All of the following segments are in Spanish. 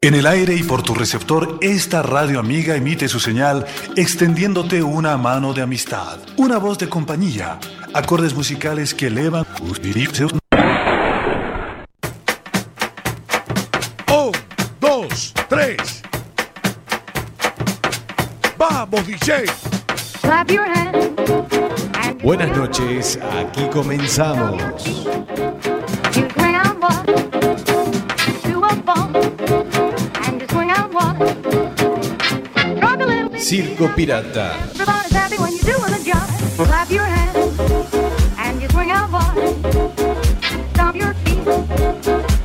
En el aire y por tu receptor, esta radio amiga emite su señal extendiéndote una mano de amistad, una voz de compañía, acordes musicales que elevan tus diripseos. Un, dos, tres. Vamos, DJ. Clap your hands. and Buenas noches, aquí comenzamos. You swing out one, do a bump, and you swing out one. Rock a little bit. Circo Pirata. Everybody's happy when you're doing the job. Clap your hands, and you swing out one. Stomp your feet,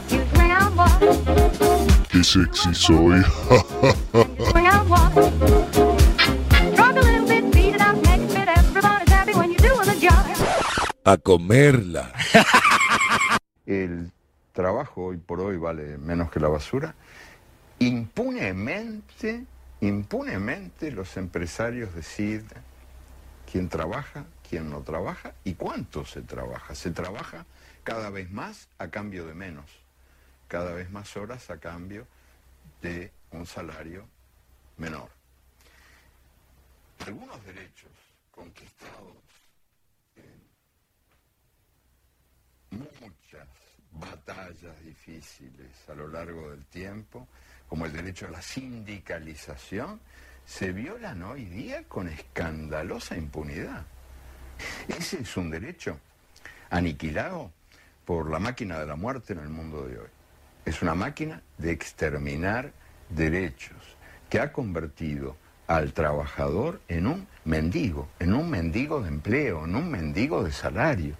you swing out one. Qué sexy soy. You swing out one. Rock a little bit, beat it out, make it fit. Everybody's happy when you're doing the job. A comerla. el trabajo hoy por hoy vale menos que la basura, impunemente, impunemente los empresarios deciden quién trabaja, quién no trabaja y cuánto se trabaja. Se trabaja cada vez más a cambio de menos, cada vez más horas a cambio de un salario menor. Algunos derechos conquistados muchas batallas difíciles a lo largo del tiempo, como el derecho a la sindicalización, se violan hoy día con escandalosa impunidad. Ese es un derecho aniquilado por la máquina de la muerte en el mundo de hoy. Es una máquina de exterminar derechos que ha convertido al trabajador en un mendigo, en un mendigo de empleo, en un mendigo de salario.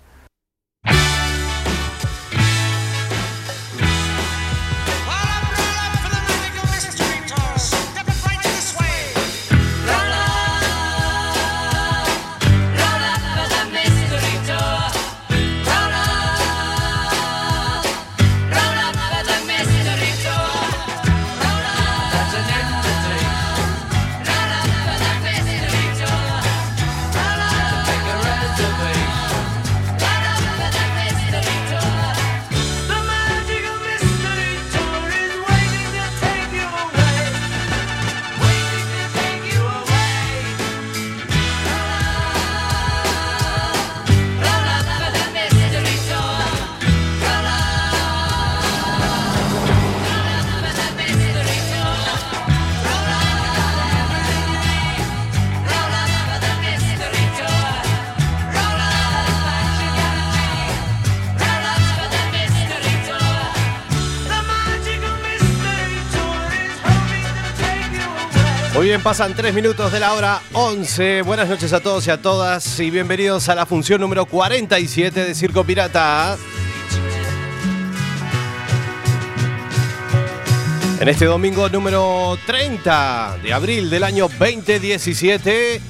Muy bien, pasan tres minutos de la hora 11. Buenas noches a todos y a todas y bienvenidos a la función número 47 de Circo Pirata. En este domingo número 30 de abril del año 2017.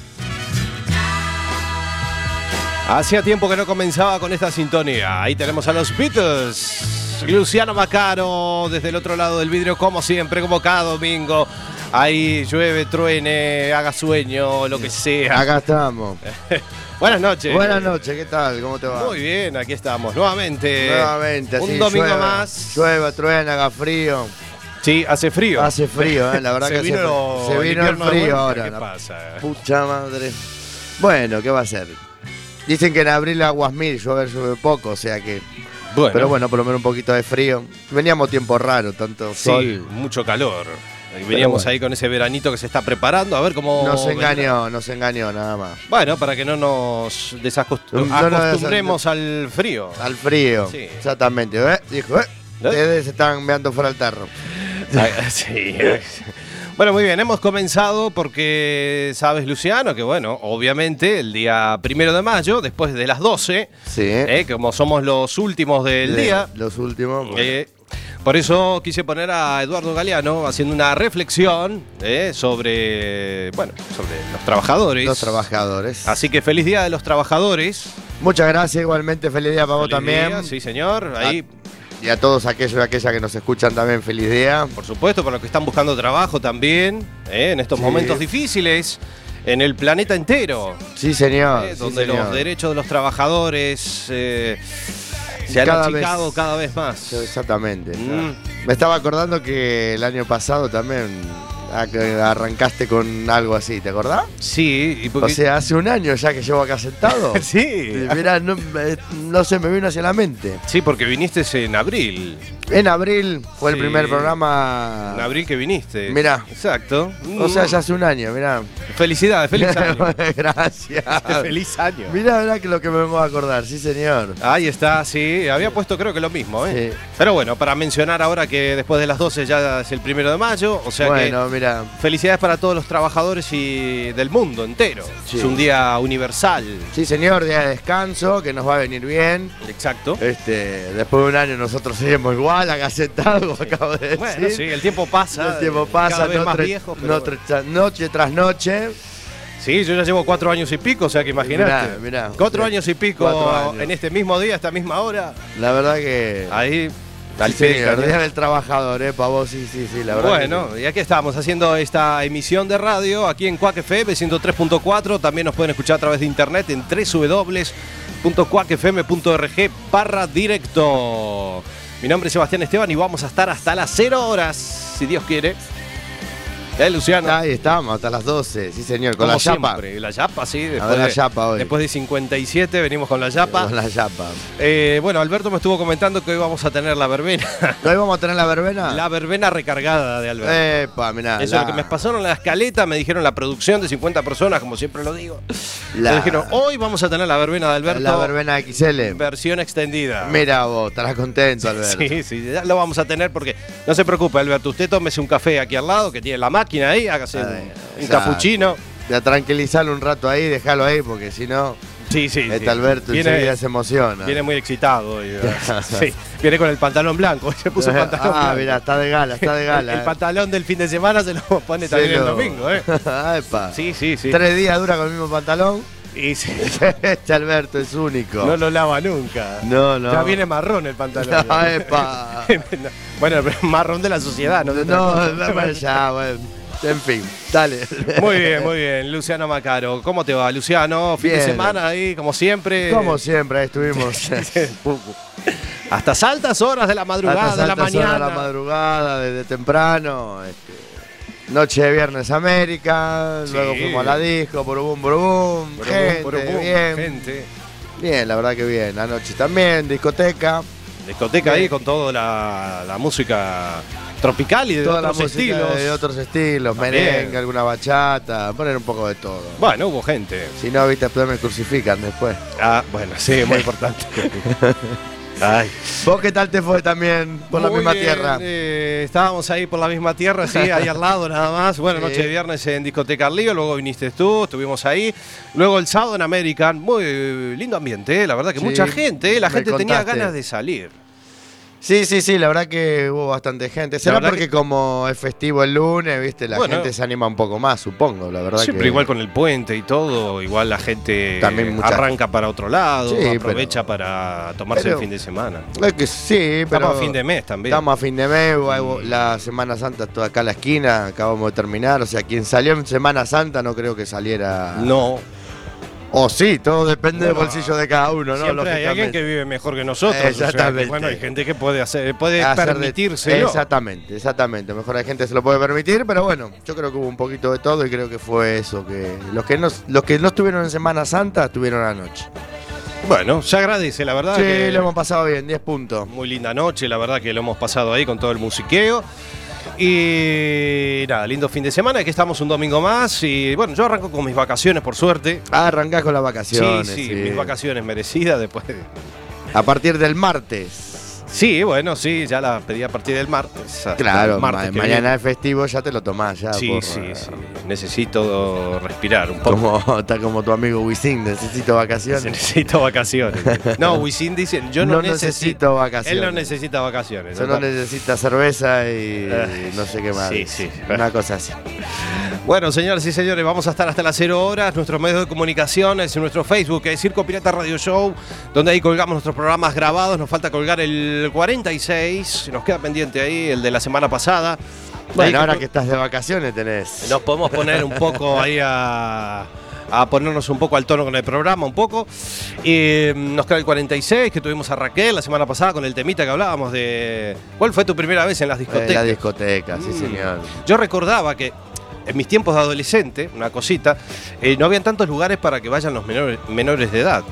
Hacía tiempo que no comenzaba con esta sintonía. Ahí tenemos a los Beatles. Luciano Macaro, desde el otro lado del vidrio, como siempre, como cada domingo. Ahí llueve, truene, haga sueño, lo que sea. Acá estamos. Buenas noches. Buenas noches, ¿qué tal? ¿Cómo te va? Muy bien, aquí estamos nuevamente. Nuevamente, así Un domingo llueva, más. Llueva, truena, haga frío. Sí, hace frío. Hace frío, ¿eh? la verdad se que hace vino, frío. se el vino el invierno de frío vuelta, ahora. ¿Qué la pasa? Pucha madre. Bueno, ¿qué va a ser? Dicen que en abril aguas mil, llover llueve poco, o sea que. Bueno, Pero bueno, por lo menos un poquito de frío. Veníamos tiempo raro, tanto sí, sol. mucho calor. Y veníamos bueno. ahí con ese veranito que se está preparando, a ver cómo. Nos vendrá. engañó, nos engañó nada más. Bueno, para que no nos No, desacostumbremos no, no, al frío. Al frío, Sí. exactamente. ¿eh? Dijo, ¿eh? ¿Eh? Ustedes se están veando fuera del tarro. Ah, sí. Bueno, muy bien, hemos comenzado porque sabes, Luciano, que bueno, obviamente el día primero de mayo, después de las 12, Sí. eh, como somos los últimos del De- día, Los últimos. bueno. Eh, por eso quise poner a Eduardo Galeano haciendo una reflexión eh, sobre, bueno, sobre los trabajadores. Los trabajadores. Así que feliz día de los trabajadores. Muchas gracias, igualmente. Feliz día para vos Feliz también. Ah. día, sí, señor. Ahí, Y a todos aquellos y aquellas que nos escuchan también, feliz día. por supuesto, para los que están buscando trabajo también, eh, en estos Sí. momentos difíciles, en el planeta entero, Sí, señor. eh, Ah, sí, donde señor. los derechos de los trabajadores eh, Se han Cada achicado vez- cada vez más. Exactamente. o sea. Mm. Me estaba acordando que el año pasado también ah, que arrancaste con algo así, ¿te acordás? Sí, y O porque. sea, hace un año ya que llevo acá sentado. sí. Mira, no, eh, no sé, me vino hacia la mente. Sí, porque viniste en abril. En abril fue Sí. el primer En programa. abril que viniste. Mirá. Exacto. Mm. O sea, ya hace un año, mirá. Felicidades, feliz año. Este Gracias. feliz año. Mirá, mirá que lo que me vengo a acordar, sí, señor. Ahí está, sí. Había puesto creo que lo mismo, ¿eh? Sí. Pero bueno, para mencionar ahora que después de las 12 ya es el primero de mayo, o sea bueno, mirá. que felicidades para todos los trabajadores y del mundo entero. Sí. Es un día universal. Sí, señor, día de descanso, que nos va a venir bien. Exacto. Este, después de un año nosotros seguimos igual, acá sentados, como acabo de decir. Bueno, sí, el tiempo pasa. Eh, El tiempo eh, pasa, Cada vez no más tra- viejos, pero no bueno. tra- noche tras noche. Sí, yo ya llevo cuatro años y pico, o sea que imagínate. Mirá, mirá. cuatro años y pico Cuatro años. en este mismo día, esta misma hora. La verdad que. Ahí, al sí, pie del señor, cañón. día del trabajador, eh, para vos, sí, sí, sí, la verdad. que- Bueno, y aquí estamos haciendo esta emisión de radio aquí en Quack FM 103.4. También nos pueden escuchar a través de internet en www.quackfm.org barra directo. Mi nombre es Sebastián Esteban y vamos a estar hasta las 0 horas, si Dios quiere. ¿Eh, Luciano? Ahí estamos, hasta las 12, sí, señor, con Como la chapa. siempre, La yapa, sí. Después, ver la de, yapa hoy. después de 57 venimos con la yapa. Con la chapa. Eh, bueno, Alberto me estuvo comentando que hoy vamos a tener la verbena. ¿No ahí vamos a tener la verbena? La verbena recargada de Eh, Alberto. Epa, mirá. Eso es la- lo que me pasaron en la escaleta, me dijeron la producción de 50 personas, como siempre lo digo. La- Me dijeron, hoy vamos a tener la verbena de Alberto. La verbena XL. Versión extendida. Mira vos, estarás contento, Alberto. Sí, sí, ya lo vamos a tener porque no se preocupe, Alberto. Usted tómese un café aquí al lado, que tiene la máquina ahí, hágase un, Ay, un o sea, capuchino. Ya tranquilizalo un rato ahí, déjalo ahí, porque si no, Sí, sí. este sí. Alberto enseguida viene, se emociona. viene muy excitado. hoy, ¿verdad? Sí, viene con el pantalón blanco. Se puso el pantalón Ah, blanco. mirá, está de gala, está de gala. eh. El pantalón del fin de semana se lo pone Se también el lo- domingo, ¿eh? Ah, epa. Sí, sí, sí. Tres días dura con el mismo pantalón. Y sí, Este Alberto es único. no lo lava nunca. no. no. Ya viene marrón el pantalón. No, epa. bueno, pero marrón de la sociedad, ¿no? No, de otra no, cosa. no, ya, bueno. En fin, dale. Muy bien, muy bien. Luciano Macaro, ¿cómo te va, Luciano? Fin de Bien. semana ahí, como siempre. Como siempre, ahí estuvimos. Hasta altas horas de la madrugada, Hasta de la altas horas mañana. de la madrugada, desde temprano. este, noche de viernes América, Sí. luego fuimos a la disco, por boom, por boom, Por un- gente, por un- bien, gente. bien, la verdad que bien. Anoche también, discoteca, Discoteca Bien. ahí con toda la, la música tropical y de toda la otros música estilos. de otros estilos, También. merengue, alguna bachata, poner un poco de todo. Bueno, hubo gente. Si no, viste, después me crucifican después. Ah, bueno, sí, muy importante. Ay. ¿Vos qué tal te fue también por la Muy misma bien, tierra? eh, estábamos ahí por la misma tierra, sí, ahí al lado nada más. Bueno, Sí. noche de viernes en Discoteca Arlío, luego viniste tú, estuvimos ahí. Luego el sábado en American, muy lindo ambiente, eh, la verdad que Sí, mucha gente, eh, la me gente tenía contaste. ganas de salir. Sí, sí, sí, la verdad que hubo bastante gente. Será verdad porque como es festivo el lunes, viste, la Bueno. gente se anima un poco más, supongo, la verdad Siempre que- igual con el puente y todo, igual la gente También mucha- arranca para otro lado, Sí, pero- aprovecha para tomarse pero- el fin de semana. Es que sí, pero... Estamos a fin de mes también. Estamos a fin de mes, hubo- la Semana Santa está acá a la esquina, acabamos de terminar, o sea, quien salió en Semana Santa no creo que saliera... No, O sí, todo depende del Bueno, bolsillo de cada uno, ¿no? siempre hay alguien que vive mejor que nosotros. o sea que, Exactamente. bueno, hay gente que puede hacer, puede hacer de- permitirse. Exactamente, exactamente. Mejor la gente se lo puede permitir, pero bueno, yo creo que hubo un poquito de todo y creo que fue eso, que los que no, los que no estuvieron en Semana Santa estuvieron anoche. Bueno, se agradece, la verdad. Sí, que lo hemos pasado bien, 10 puntos. Muy linda noche, la verdad que lo hemos pasado ahí con todo el musiqueo. Y nada, lindo fin de semana, aquí estamos un domingo más. Y bueno, yo arranco con mis vacaciones, por suerte. Ah, arrancás con las Sí, vacaciones. sí, mis vacaciones merecidas después. de- A partir del martes. Sí, bueno, sí, ya las pedí a partir del martes. hasta Claro, el martes ma- que mañana es festivo, ya te lo tomás, ya. eh, viene. Sí, porra. sí, sí. Necesito respirar un poco. Como, está como tu amigo Wisin, necesito vacaciones. Necesito vacaciones. No, Wisin dice, yo no, No necesito vacaciones. Él no necesita vacaciones. Solo ¿no? necesita cerveza y Eh, no sé qué más. sí, sí. Una cosa así. Bueno, señoras y señores, vamos a estar hasta las 0 horas. Nuestros medios de comunicación es en nuestro Facebook, que es Circo Pirata Radio Show, donde ahí colgamos nuestros programas grabados. Nos falta colgar el 46, nos queda pendiente ahí el de la semana pasada. Ahí Bueno, ahora que estás de vacaciones tenés. nos podemos poner un poco ahí a, a ponernos un poco al tono con el programa, un poco. Eh, nos queda el 46, que tuvimos a Raquel la semana pasada con el temita que hablábamos de. ¿Cuál fue tu primera vez en las Eh, discotecas? la discoteca, sí, Mm. señor. Yo recordaba que en mis tiempos de adolescente, una cosita, eh, no habían tantos lugares para que vayan los menores, menores de edad.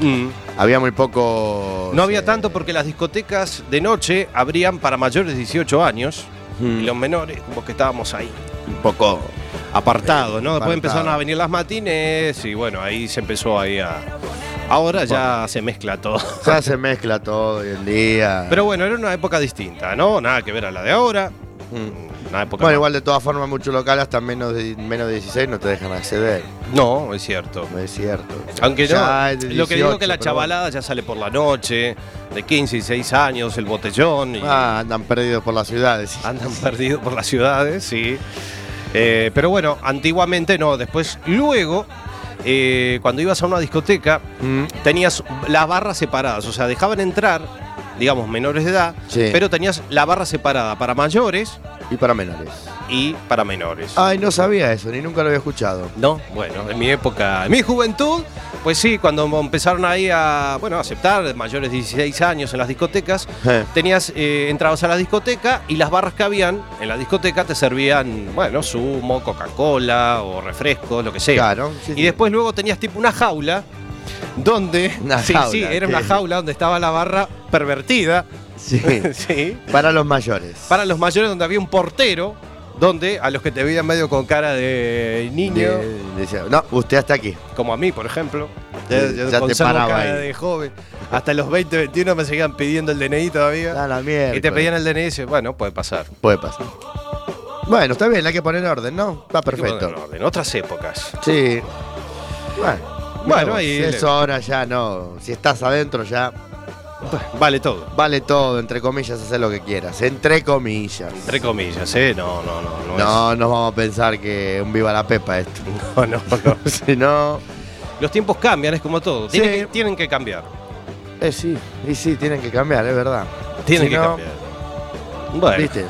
Mm. Había muy poco. No había tanto porque las discotecas de noche abrían para mayores de 18 años y los menores, como que estábamos ahí, un poco apartados, ¿no? Después Apartado. empezaron a venir las matines y bueno, ahí se empezó ahí a... Ahora ya se mezcla todo. Ya se mezcla todo hoy en día. Pero bueno, era una época distinta, ¿no? Nada que ver a la de ahora. Una época... bueno, más- igual de todas formas, muchos locales hasta menos de, menos de 16 no te dejan acceder. No, es cierto. No es cierto. Aunque no, Ya es de lo que digo 18, que la pero chavalada ya sale por la noche, de 15 y 6 años, el botellón, y bueno. Ah, andan perdidos por las ciudades. andan perdidos por las ciudades, sí. Eh, pero bueno, antiguamente no, después, luego, eh, cuando ibas a una discoteca, Mm. tenías las barras separadas, o sea, dejaban entrar, digamos, menores de edad, Sí. pero tenías la barra separada para mayores Y para menores. y para menores. Ay, no sabía eso, ni nunca lo había escuchado. No, bueno, en mi época, en mi juventud, pues sí, cuando empezaron ahí a, bueno, a aceptar mayores de 16 años en las discotecas, Eh. tenías, eh, entrabas a la discoteca y las barras que habían en la discoteca te servían, bueno, zumo, Coca-Cola o refrescos, lo que sea. Claro, sí, y sí. después luego tenías tipo una jaula donde, Una sí, jaula, sí, era una sí. jaula donde estaba la barra pervertida, Sí. sí, para los mayores. para los mayores donde había un portero, donde a los que te veían medio con cara de niño De- decía, no, usted hasta aquí. como a mí, por ejemplo. Ya- ya te conservo paraba cara ahí. de joven. Hasta los 20, 21 me seguían pidiendo el DNI todavía. Ah, la mierda. y te pedían el DNI y dices, bueno, puede pasar. Puede pasar. Bueno, está bien, hay que poner orden, ¿no? Está perfecto. En orden, otras épocas. Sí. Bueno, Bueno, vos, ahí- si eso ahora ya no. Si estás adentro ya Vale todo. vale todo, entre comillas, hacer lo que quieras. Entre comillas. Entre comillas, ¿eh? No, no, no. No, no, no vamos a pensar que un viva la pepa esto. es- no, no, no. si no. Los tiempos cambian, es como todo. Tienen, Sí. que, tienen que cambiar. Eh, sí, y sí, tienen que cambiar, es verdad. Tienen Si que no, cambiar. Bueno, ¿Viste?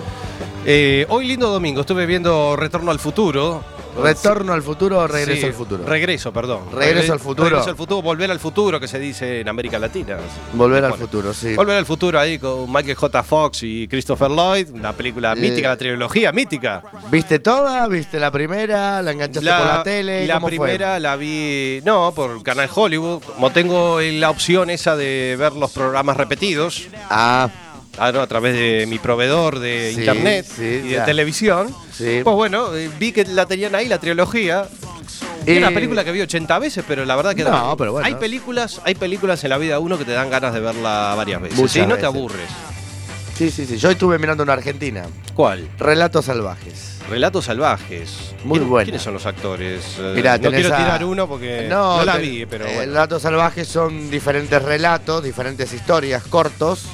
eh, hoy lindo domingo, estuve viendo Retorno al Futuro. ¿Retorno al futuro o regreso Sí, al futuro? Regreso, perdón. Regreso al futuro. Regreso al futuro, volver al futuro que se dice en América Latina. Volver al Bueno. futuro, sí. Volver al futuro ahí con Michael J. Fox y Christopher Lloyd, una película Eh, mítica, la trilogía mítica. ¿Viste toda? ¿Viste la primera? ¿La enganchaste por la tele? la ¿Cómo fue? primera la vi, no, por Canal Hollywood. Como tengo la opción esa de ver los programas repetidos Ah, ah, no, a través de mi proveedor de Sí, internet sí, y de ya. televisión. Sí. Pues bueno, eh, vi que la tenían ahí, la trilogía. Es Eh, una película que vi 80 veces, pero la verdad que No, da- pero bueno. hay películas, hay películas en la vida de uno que te dan ganas de verla varias veces. Muchas sí, no te veces. aburres. sí, sí, sí. Yo estuve mirando una Argentina. ¿Cuál? Relatos salvajes. Relatos salvajes. Muy ¿Quién- buena. ¿Quiénes son los actores? Eh, Mirá, no tenés quiero a- tirar uno porque no, la te- vi, pero eh, bueno. Relatos salvajes son diferentes relatos, diferentes historias, cortos.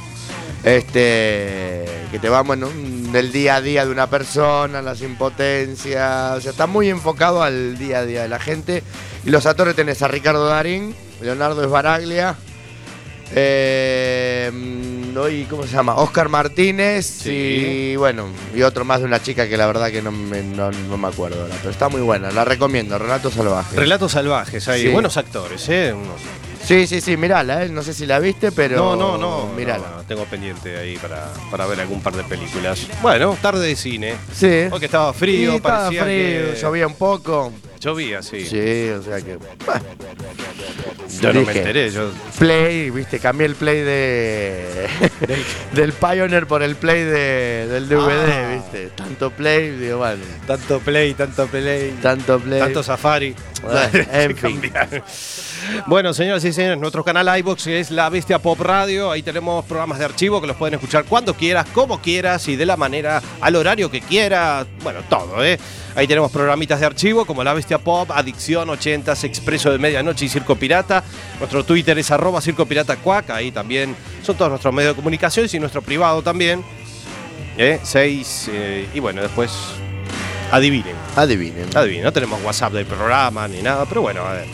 Este, que te van bueno, mm, del día a día de una persona, las impotencias, o sea, está muy enfocado al día a día de la gente. Y los actores tenés a Ricardo Darín, Leonardo Esbaraglia, eh, mm, hoy, ¿cómo se llama? Oscar Martínez Sí. y bueno, y otro más de una chica que la verdad que no me, no- no me acuerdo ahora, pero está muy buena, la recomiendo, Relatos Salvajes. Relatos salvajes, hay Sí. buenos actores, ¿eh? Unos- Sí, sí, sí, mirala, ¿eh? no sé si la viste, pero. no, no, no. Mirala. no, tengo pendiente ahí para, para ver algún par de películas. Bueno, tarde de cine. Sí. Hoy que estaba frío, Sí, estaba parecía frío, que- llovía un poco. Llovía, sí. Sí. o sea que. bah, Yo no me Dije. enteré, yo Play, viste, cambié el play de. del Pioneer por el play de, del DVD, Ah. viste. Tanto play, digo, bueno. tanto play, tanto play. Tanto play. Tanto safari. Bueno, en fin. Cambiar. Bueno, señoras y señores, nuestro canal iBox es La Bestia Pop Radio. Ahí tenemos programas de archivo que los pueden escuchar cuando quieras, como quieras y de la manera, al horario que quieras. Bueno, todo, ¿eh? Ahí tenemos programitas de archivo como La Bestia Pop, Adicción 80s, Expreso de Medianoche y Circo Pirata. Nuestro Twitter es arroba Circo Pirata Cuac. Ahí también son todos nuestros medios de comunicación y nuestro privado también. ¿Eh? Seis. eh, y bueno, después adivinen. Adivinen. Está bien, no tenemos WhatsApp del programa ni nada, pero bueno, a ver.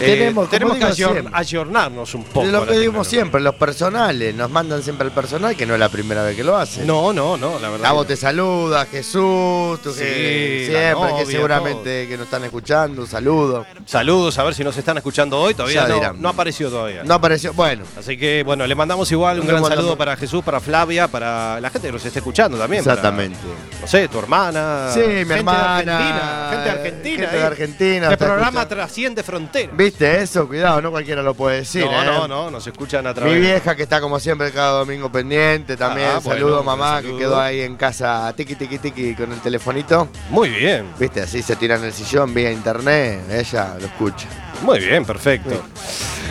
Eh, Tenemos, como tenemos que digo ayor- siempre. ayornarnos un poco. De a Lo la que digo tecnología. siempre, los personales, nos mandan siempre al personal, que no es la primera vez que lo hacen. No, no, no, la verdad. Ah, que vos no. te saluda, Jesús, tu Sí, que- la siempre, novia, que seguramente que nos están escuchando, un saludo. Saludos, a ver si nos están escuchando hoy. Todavía Ya no, dirán. no apareció todavía. No apareció, bueno, Así que, bueno, le mandamos igual un Le gran mandamos- saludo para Jesús, para Flavia, para la gente que nos está escuchando también. para, exactamente. no sé, tu hermana. Sí, mi gente de hermana, Argentina, gente de Argentina. gente de eh. Argentina, Este está programa escuchando. trasciende fronteras. ¿Viste eso? Cuidado, no cualquiera lo puede decir. no, ¿eh? no, no, nos escuchan a través. Mi vieja que está como siempre cada domingo pendiente también. Ah, bueno, saludo mamá saludo. que quedó ahí en casa tiki tiki tiki con el telefonito. Muy bien, Viste, así se tira en el sillón vía internet, ella lo escucha. muy bien, perfecto.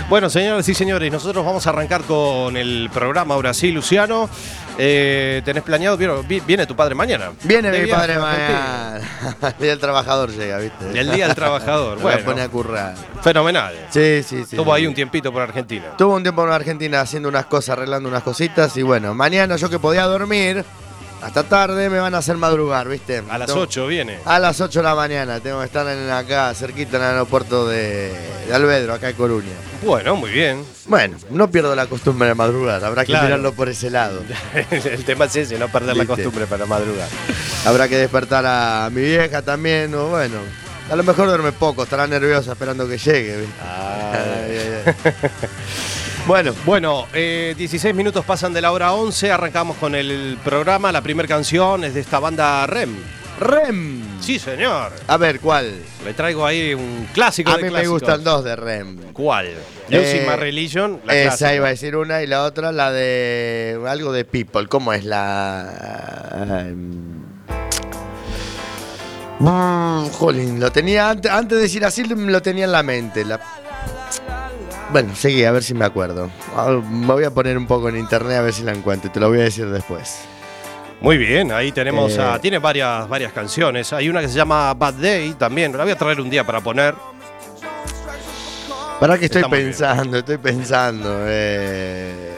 Bueno, señores y señores, nosotros vamos a arrancar con el programa ahora sí, Luciano. Eh, ¿Tenés planeado? Vieron, vi- Viene tu padre mañana. Viene De mi viaje padre a Argentina. mañana. y el trabajador llega, viste. El Día del Trabajador. Me bueno, la pone a currar. fenomenal. Sí, sí, sí. Estuvo ahí un tiempito por Argentina. Tuvo un tiempo en Argentina haciendo unas cosas, arreglando unas cositas y bueno, mañana yo que podía dormir, hasta tarde me van a hacer madrugar, ¿viste? A las Tengo- 8 viene. A las 8 de la mañana, tengo que estar en, acá, cerquita en el aeropuerto de, de Albedro, acá en Coruña. Bueno, muy bien. Bueno, no pierdo la costumbre de madrugar, habrá que Claro. mirarlo por ese lado. el tema es ese, no perder la Viste. costumbre para madrugar. Habrá que despertar a mi vieja también, o bueno. A lo mejor duerme poco, estará nerviosa esperando que llegue. ¿viste? Ay, ay, ay. bueno, Bueno, eh, 16 minutos pasan de la hora 11, arrancamos con el programa. La primera canción es de esta banda REM. REM. Sí, señor. A ver, ¿cuál? Le traigo ahí un clásico A de mí me clásicos. gustan dos de REM. ¿Cuál? Lucy Eh, My Religion, la Esa clásica. iba a decir una y la otra la de algo de People. ¿Cómo es la...? em, Mm, jolín, lo tenía antes, antes de decir así, lo tenía en la mente. La... Bueno, seguí, a ver si me acuerdo. Ah, Me voy a poner un poco en internet a ver si la encuentro. Te lo voy a decir después. Muy bien, ahí tenemos Eh, a. Tiene varias, varias canciones. Hay una que se llama Bad Day también. La voy a traer un día para poner. ¿Para que estoy Está muy bien. pensando? Estoy pensando. Eh...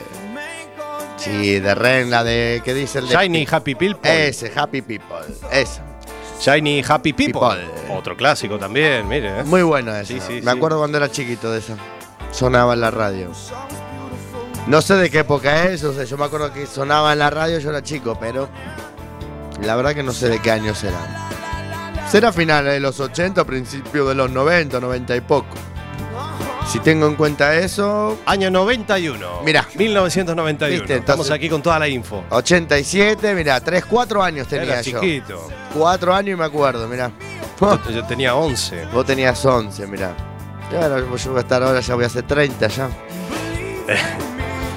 Sí, de Ren, la de... ¿Qué dice el de Shiny Happy People. Ese, Happy People. Ese. Shiny Happy People. People. Otro clásico también, mire. eh. Muy bueno ese. Sí, sí, sí. Me acuerdo cuando era chiquito de esa. Sonaba en la radio. No sé de qué época es, o sea, yo me acuerdo que sonaba en la radio, yo era chico, pero la verdad que no sé de qué año será. Será finales de los 80, principio de los 90, 90 y poco. Si tengo en cuenta eso, Año 91. Mirá. 1991. Viste, Estamos entonces- aquí con toda la info. 87, mira, 3, 4 años tenía Era yo. chiquito. 4 años y me acuerdo, mira. Yo, yo tenía 11. Vos tenías 11, mira. Claro, yo voy a estar ahora, ya voy a hacer 30 ya.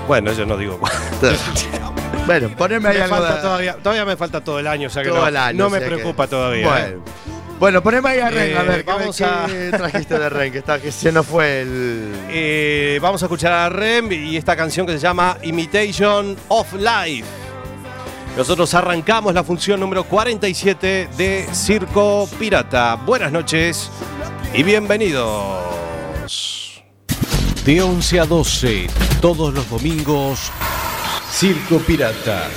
Bueno, yo no digo cuál. bueno, poneme ahí Me algo falta de- todavía, todavía me falta todo el año, o sea que todo no, el año, no o me sea que- preocupa todavía. Bueno, bueno poneme ahí a Ren, a Eh, ver, ¿qué, vamos qué a- trajiste de Ren? Que, está, que se nos fue el... ¿eh? Eh, vamos a escuchar a Rem y esta canción que se llama Imitation of Life. Nosotros arrancamos la función número 47 de Circo Pirata. Buenas noches y bienvenidos. De 11 a 12, todos los domingos, Circo Pirata.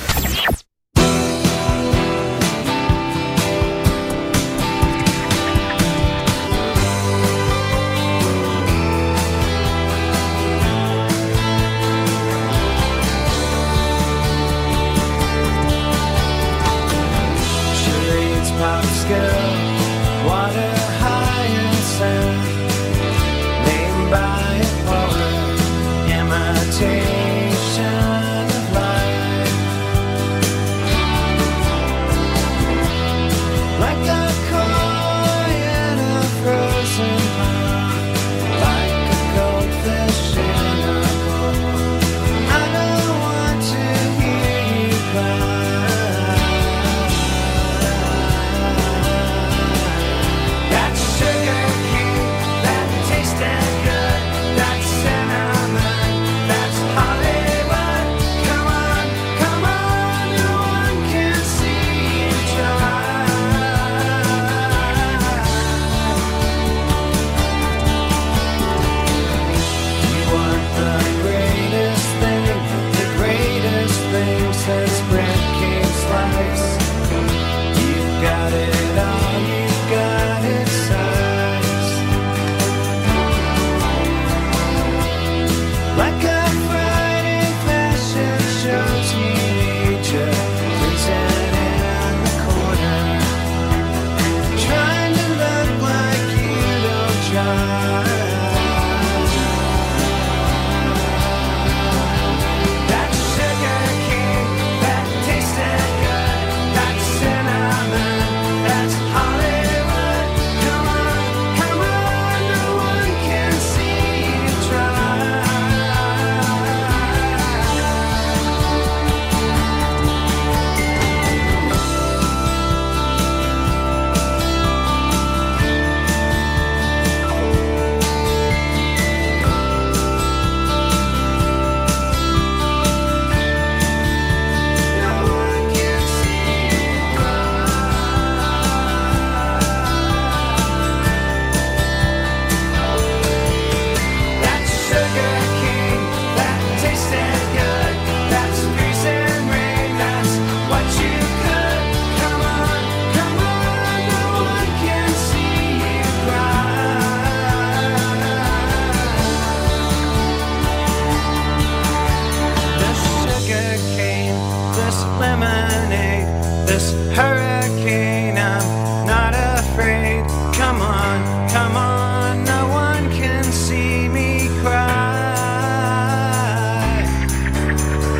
Charades, pop, scale, water, hyacinth, named by a poet, imitation of life. Like a koi in a frozen pond, like a goldfish in a bowl. I don't want to hear you cry. eliminate this hurricane. I'm not afraid. Come on, come on. No one can see me cry.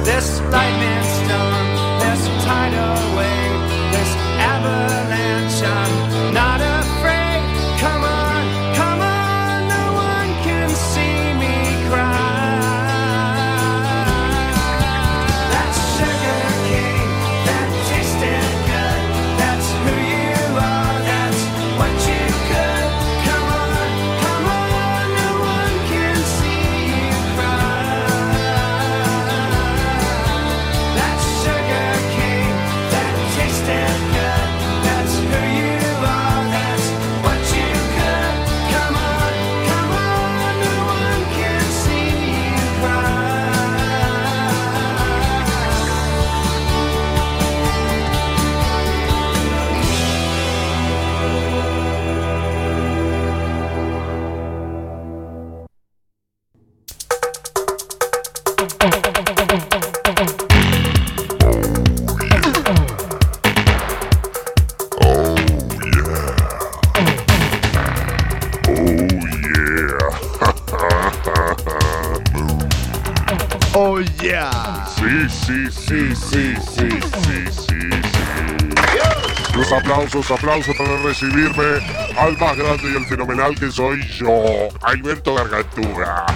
This lightning storm, this tidal wave, this avalanche, I'm not afraid. Come on, come on, no one can see me cry. That sugar cane, that tasted good, that's who you are, that's what you could. Come on, come on, no one can see you cry. That sugar cane, that tasted good. That's who you are. That's what you could. Come on, come on, no one can see you cry. Eh. Oh yeah. Sí, sí, sí, sí, sí, sí, sí, sí. Los aplausos, aplausos para recibirme al más grande y al fenomenal que soy yo, Alberto Gargantúa.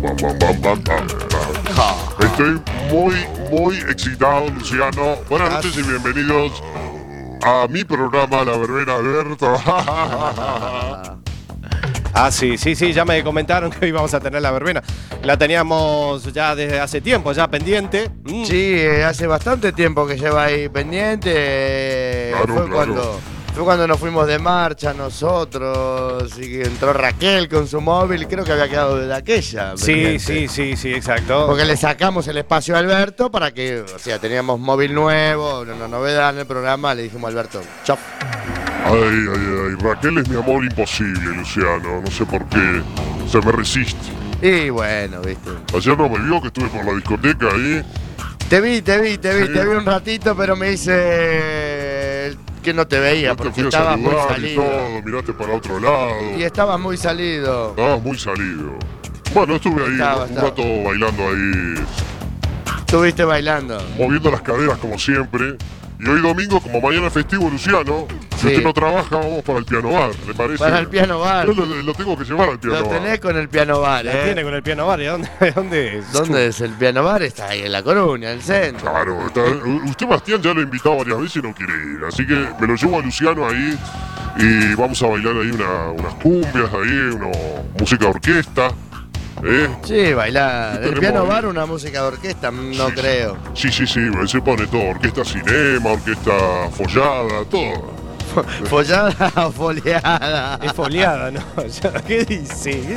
Bam, bam, bam, bam, bam, bam. Estoy muy, muy excitado, Luciano. Buenas noches y bienvenidos a mi programa La Verbena Alberto. Ah, sí, sí, sí, ya me comentaron que hoy vamos a tener la verbena. La teníamos ya desde hace tiempo, ya pendiente. Mm. Sí, eh, hace bastante tiempo que lleva ahí pendiente. eh, Claro, fue claro. cuando fue cuando nos fuimos de marcha nosotros y que entró Raquel con su móvil, creo que había quedado desde aquella. Sí, pendiente. sí, sí, sí, exacto. Porque le sacamos el espacio a Alberto para que, o sea, teníamos móvil nuevo, una, una novedad en el programa, le dijimos a Alberto, chop. Ay, ay, ay, Raquel es mi amor imposible, Luciano. No sé por qué. Se me resiste. Y bueno, viste. Ayer no me vio que estuve por la discoteca ahí. Te vi, te vi, te vi, Sí. te vi un ratito, pero me hice que no te veía Yo te porque fui a estabas muy saludar y salido. todo. Miraste para otro lado. Y estabas muy salido. Estabas Ah, muy salido. Bueno, estuve ahí Estaba, un estaba. rato bailando ahí, Estuviste bailando. moviendo las caderas como siempre. Y hoy domingo, como mañana es festivo, Luciano, si Sí. usted no trabaja, vamos para el piano bar, ¿le parece? Para el piano bar. Yo lo, lo tengo que llevar al piano Lo bar. tenés con el piano bar, La ¿eh? tiene con el piano bar, ¿y dónde, dónde es? ¿Dónde es el piano bar? Está ahí en La Coruña, en el centro. Claro, está- u- usted Bastián ya lo he invitado varias veces y no quiere ir, así que me lo llevo a Luciano ahí y vamos a bailar ahí una- unas cumbias, ahí, una música de orquesta. ¿eh? Sí, bailar. El Tenemos piano ahí. bar, una música de orquesta, no Sí, creo. Sí, sí, sí, se pone todo, orquesta cinema, orquesta follada, todo. Follada o foliada. Es foliada, ¿no? ¿Qué dice?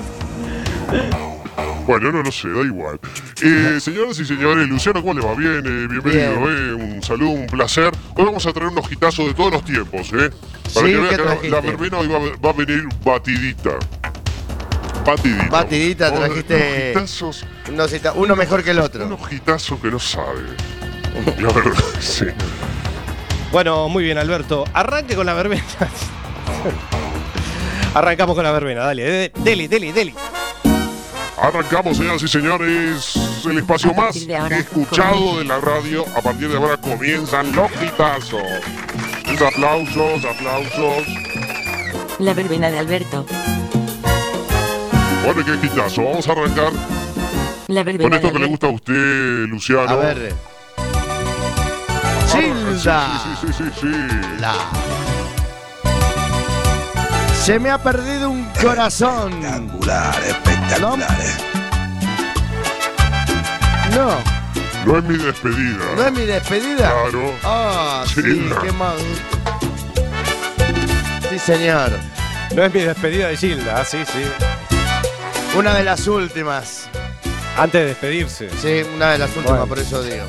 Bueno, no, no sé, da igual. Eh, señoras y señores, Luciano, ¿cómo le va? Bien, eh, bienvenido, eh, un saludo, un placer. Hoy vamos a traer unos hitazos de todos los tiempos, ¿eh? Para Sí, que vean ¿qué que la- la trajiste? verbena hoy va, va a venir batidita. Batidita. Batidita, Unos- trajiste- Unos hitazos, No, si está- uno mejor que el otro. unos hitazos que no sabe. La verdad, sí. Bueno, muy bien, Alberto. Arranque con la verbena. Arrancamos con la verbena, dale. de- Deli, deli, deli. Arrancamos, señoras y señores, el espacio A partir más de ahora, escuchado de la radio. A partir de ahora comienzan los hitazos. Aplausos, aplausos. La verbena de Alberto. Bueno, qué quitazo. Vamos a arrancar La verbena con esto que le gusta a usted, Luciano. A ver. Silda. Silda. Sí, sí, sí, sí, sí. La. Se me ha perdido un corazón. espectacular. No, No es mi despedida. no es mi despedida. Claro. Ah, sí, Silda. qué mal. Sí, señor. No es mi despedida de Gilda, ah, sí, sí. Una de las últimas. Antes de despedirse. Sí, una de las últimas, Bueno. por eso digo.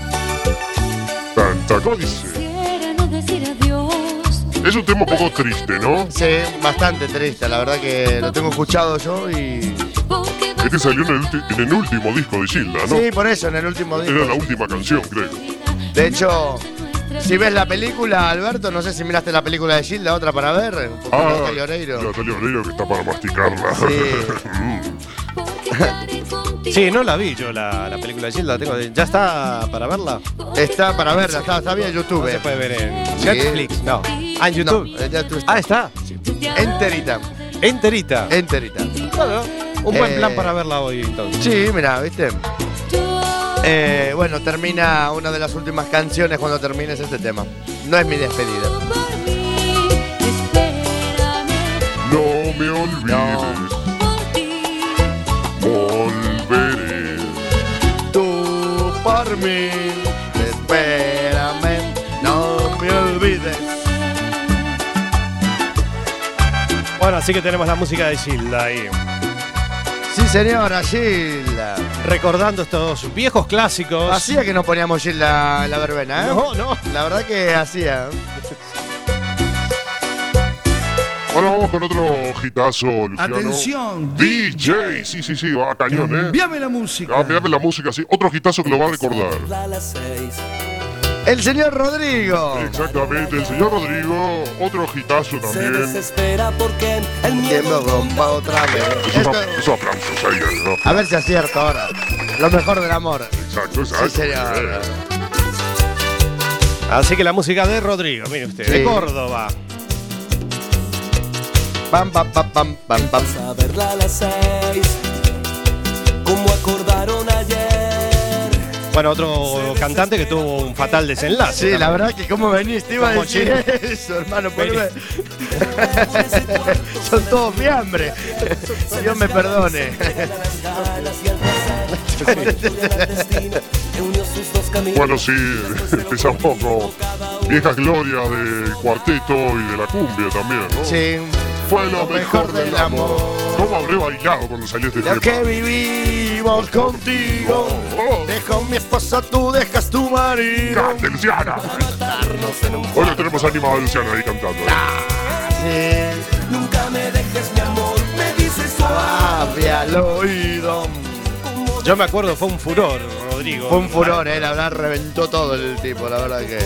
Tanta ¿Cómo dice? Quisiera no decir adiós. Es un tema un poco triste, ¿no? Sí, bastante triste, la verdad que lo tengo escuchado yo y. Porque vas Este salió en el, ulti- en el último disco de Gilda, ¿no? Sí, por eso, en el último Era la disco. última canción, creo. De hecho, Si ves la película, Alberto, no sé si miraste la película de Gilda, otra para ver. Un poco de Natalia Oreiro. Ah, Natalia Oreiro que está para masticarla. Sí, no la vi yo, la, la película de Gilda. Tengo, ¿Ya está para verla? Está para verla, está, está bien en No YouTube. Ah, se puede ver en Sí. Netflix, no. Ah, en YouTube. No, en YouTube está. Ah, está. Enterita, Enterita. enterita. Claro. Un buen Eh, plan para verla hoy, entonces. Sí, mira, ¿viste? Eh, bueno, termina una de las últimas canciones cuando termines este tema. No es mi despedida. No me olvides, volveré. Tú por mí, espérame, no me olvides. Bueno, así que tenemos la música de Gilda ahí. Sí, señora, Gilda. Recordando estos viejos clásicos. Hacía que nos poníamos Gilda en la verbena, ¿eh? No, no. La verdad que hacía. Ahora vamos con otro hitazo, Luciano. Atención, DJ, sí, sí, sí, va a cañón, ¿eh? envíame la música. Cambiame la música, sí. Otro hitazo que lo va a recordar. El señor Rodrigo. Exactamente, el señor Rodrigo, otro hitazo también. pues, Tiempo bomba otra vez. Esos, Esto- apla- esos aplausos ahí, ¿no? a ver si acierto ahora. Lo mejor del amor. Exacto, exacto. señor. Eh, Así que la música de Rodrigo, mire usted, de Sí. Córdoba. Pam, pam, pam, pam, pam, pam. a verla a las seis, como acordaron ayer. Bueno, otro cantante que tuvo un fatal desenlace. Sí, la también. verdad que como venís, te iba a Como decir chino. eso, hermano. Vení. poneme- Son todos fiambre. Dios me perdone. Bueno, sí, empezamos con viejas glorias del cuarteto y de la cumbia también, ¿no? Sí. Fue lo mejor del amor. ¿Cómo habré bailado cuando salió este Lo tema? que vivimos contigo. Oh, Dejo a mi esposa, tú dejas tu marido. ¡Grande, Luciana! Hoy lo tenemos animado a Luciana ahí cantando. ¿eh? Sí, Nunca me dejes, mi amor, me dices suave. suave al oído. Yo me acuerdo, fue un furor, Rodrigo. Fue un furor, eh, la verdad reventó todo el tipo, la verdad que.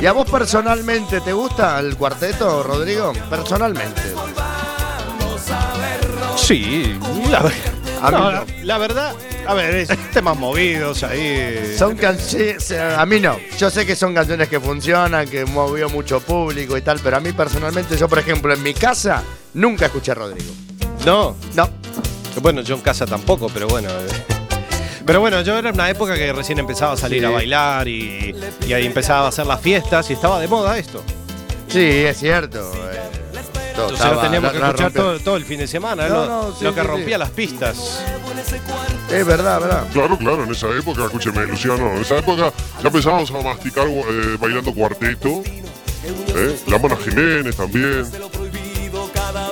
¿Y a vos personalmente te gusta el cuarteto, Rodrigo? Personalmente. Sí, la, ver- A mí No, no. la- la verdad, a ver, es temas movidos ahí. Son canciones. A mí no. Yo sé que son canciones que funcionan, que movió mucho público y tal, pero a mí personalmente, yo por ejemplo, en mi casa nunca escuché a Rodrigo. No, No. bueno, yo en casa tampoco, pero bueno. eh. Pero bueno, yo era una época que recién empezaba a salir Sí. a bailar y, y ahí empezaba a hacer las fiestas y estaba de moda esto. Sí, es cierto. eh, todo Entonces estaba- lo teníamos que la- la escuchar rompió. todo, todo el fin de semana, No, lo, no, sí, lo que sí, rompía sí. las pistas. Es verdad, verdad. Claro, claro, en esa época, escúcheme, Luciano, en esa época ya empezábamos a masticar eh, bailando cuarteto. ¿eh? La Mona Jiménez también.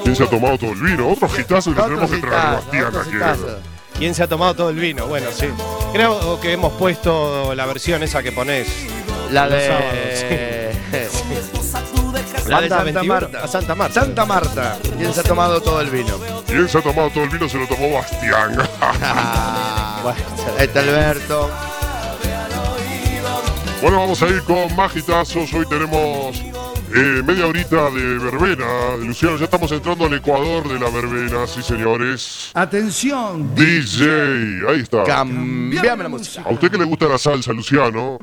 ¿Quién se ha tomado todo el vino? Otro hitazo que le Otros tenemos que traer a hitazos, Bastián otros aquí. hitazos. ¿Quién se ha tomado todo el vino? Bueno, sí. Creo que hemos puesto la versión esa que ponés. La Los de. La de Santa Santa Marta. Marta. Santa Marta. Santa Marta. ¿Quién se ha tomado todo el vino? ¿Quién se ha tomado todo el vino? Se lo tomó Bastián. Ah, este Alberto. bueno, vamos a ir con más hitazos. Hoy tenemos eh, media horita de verbena. Luciano, ya estamos entrando al Ecuador de la verbena, sí señores. Atención, DJ, ahí está. Cambiame la música. ¿A usted que le gusta la salsa, Luciano?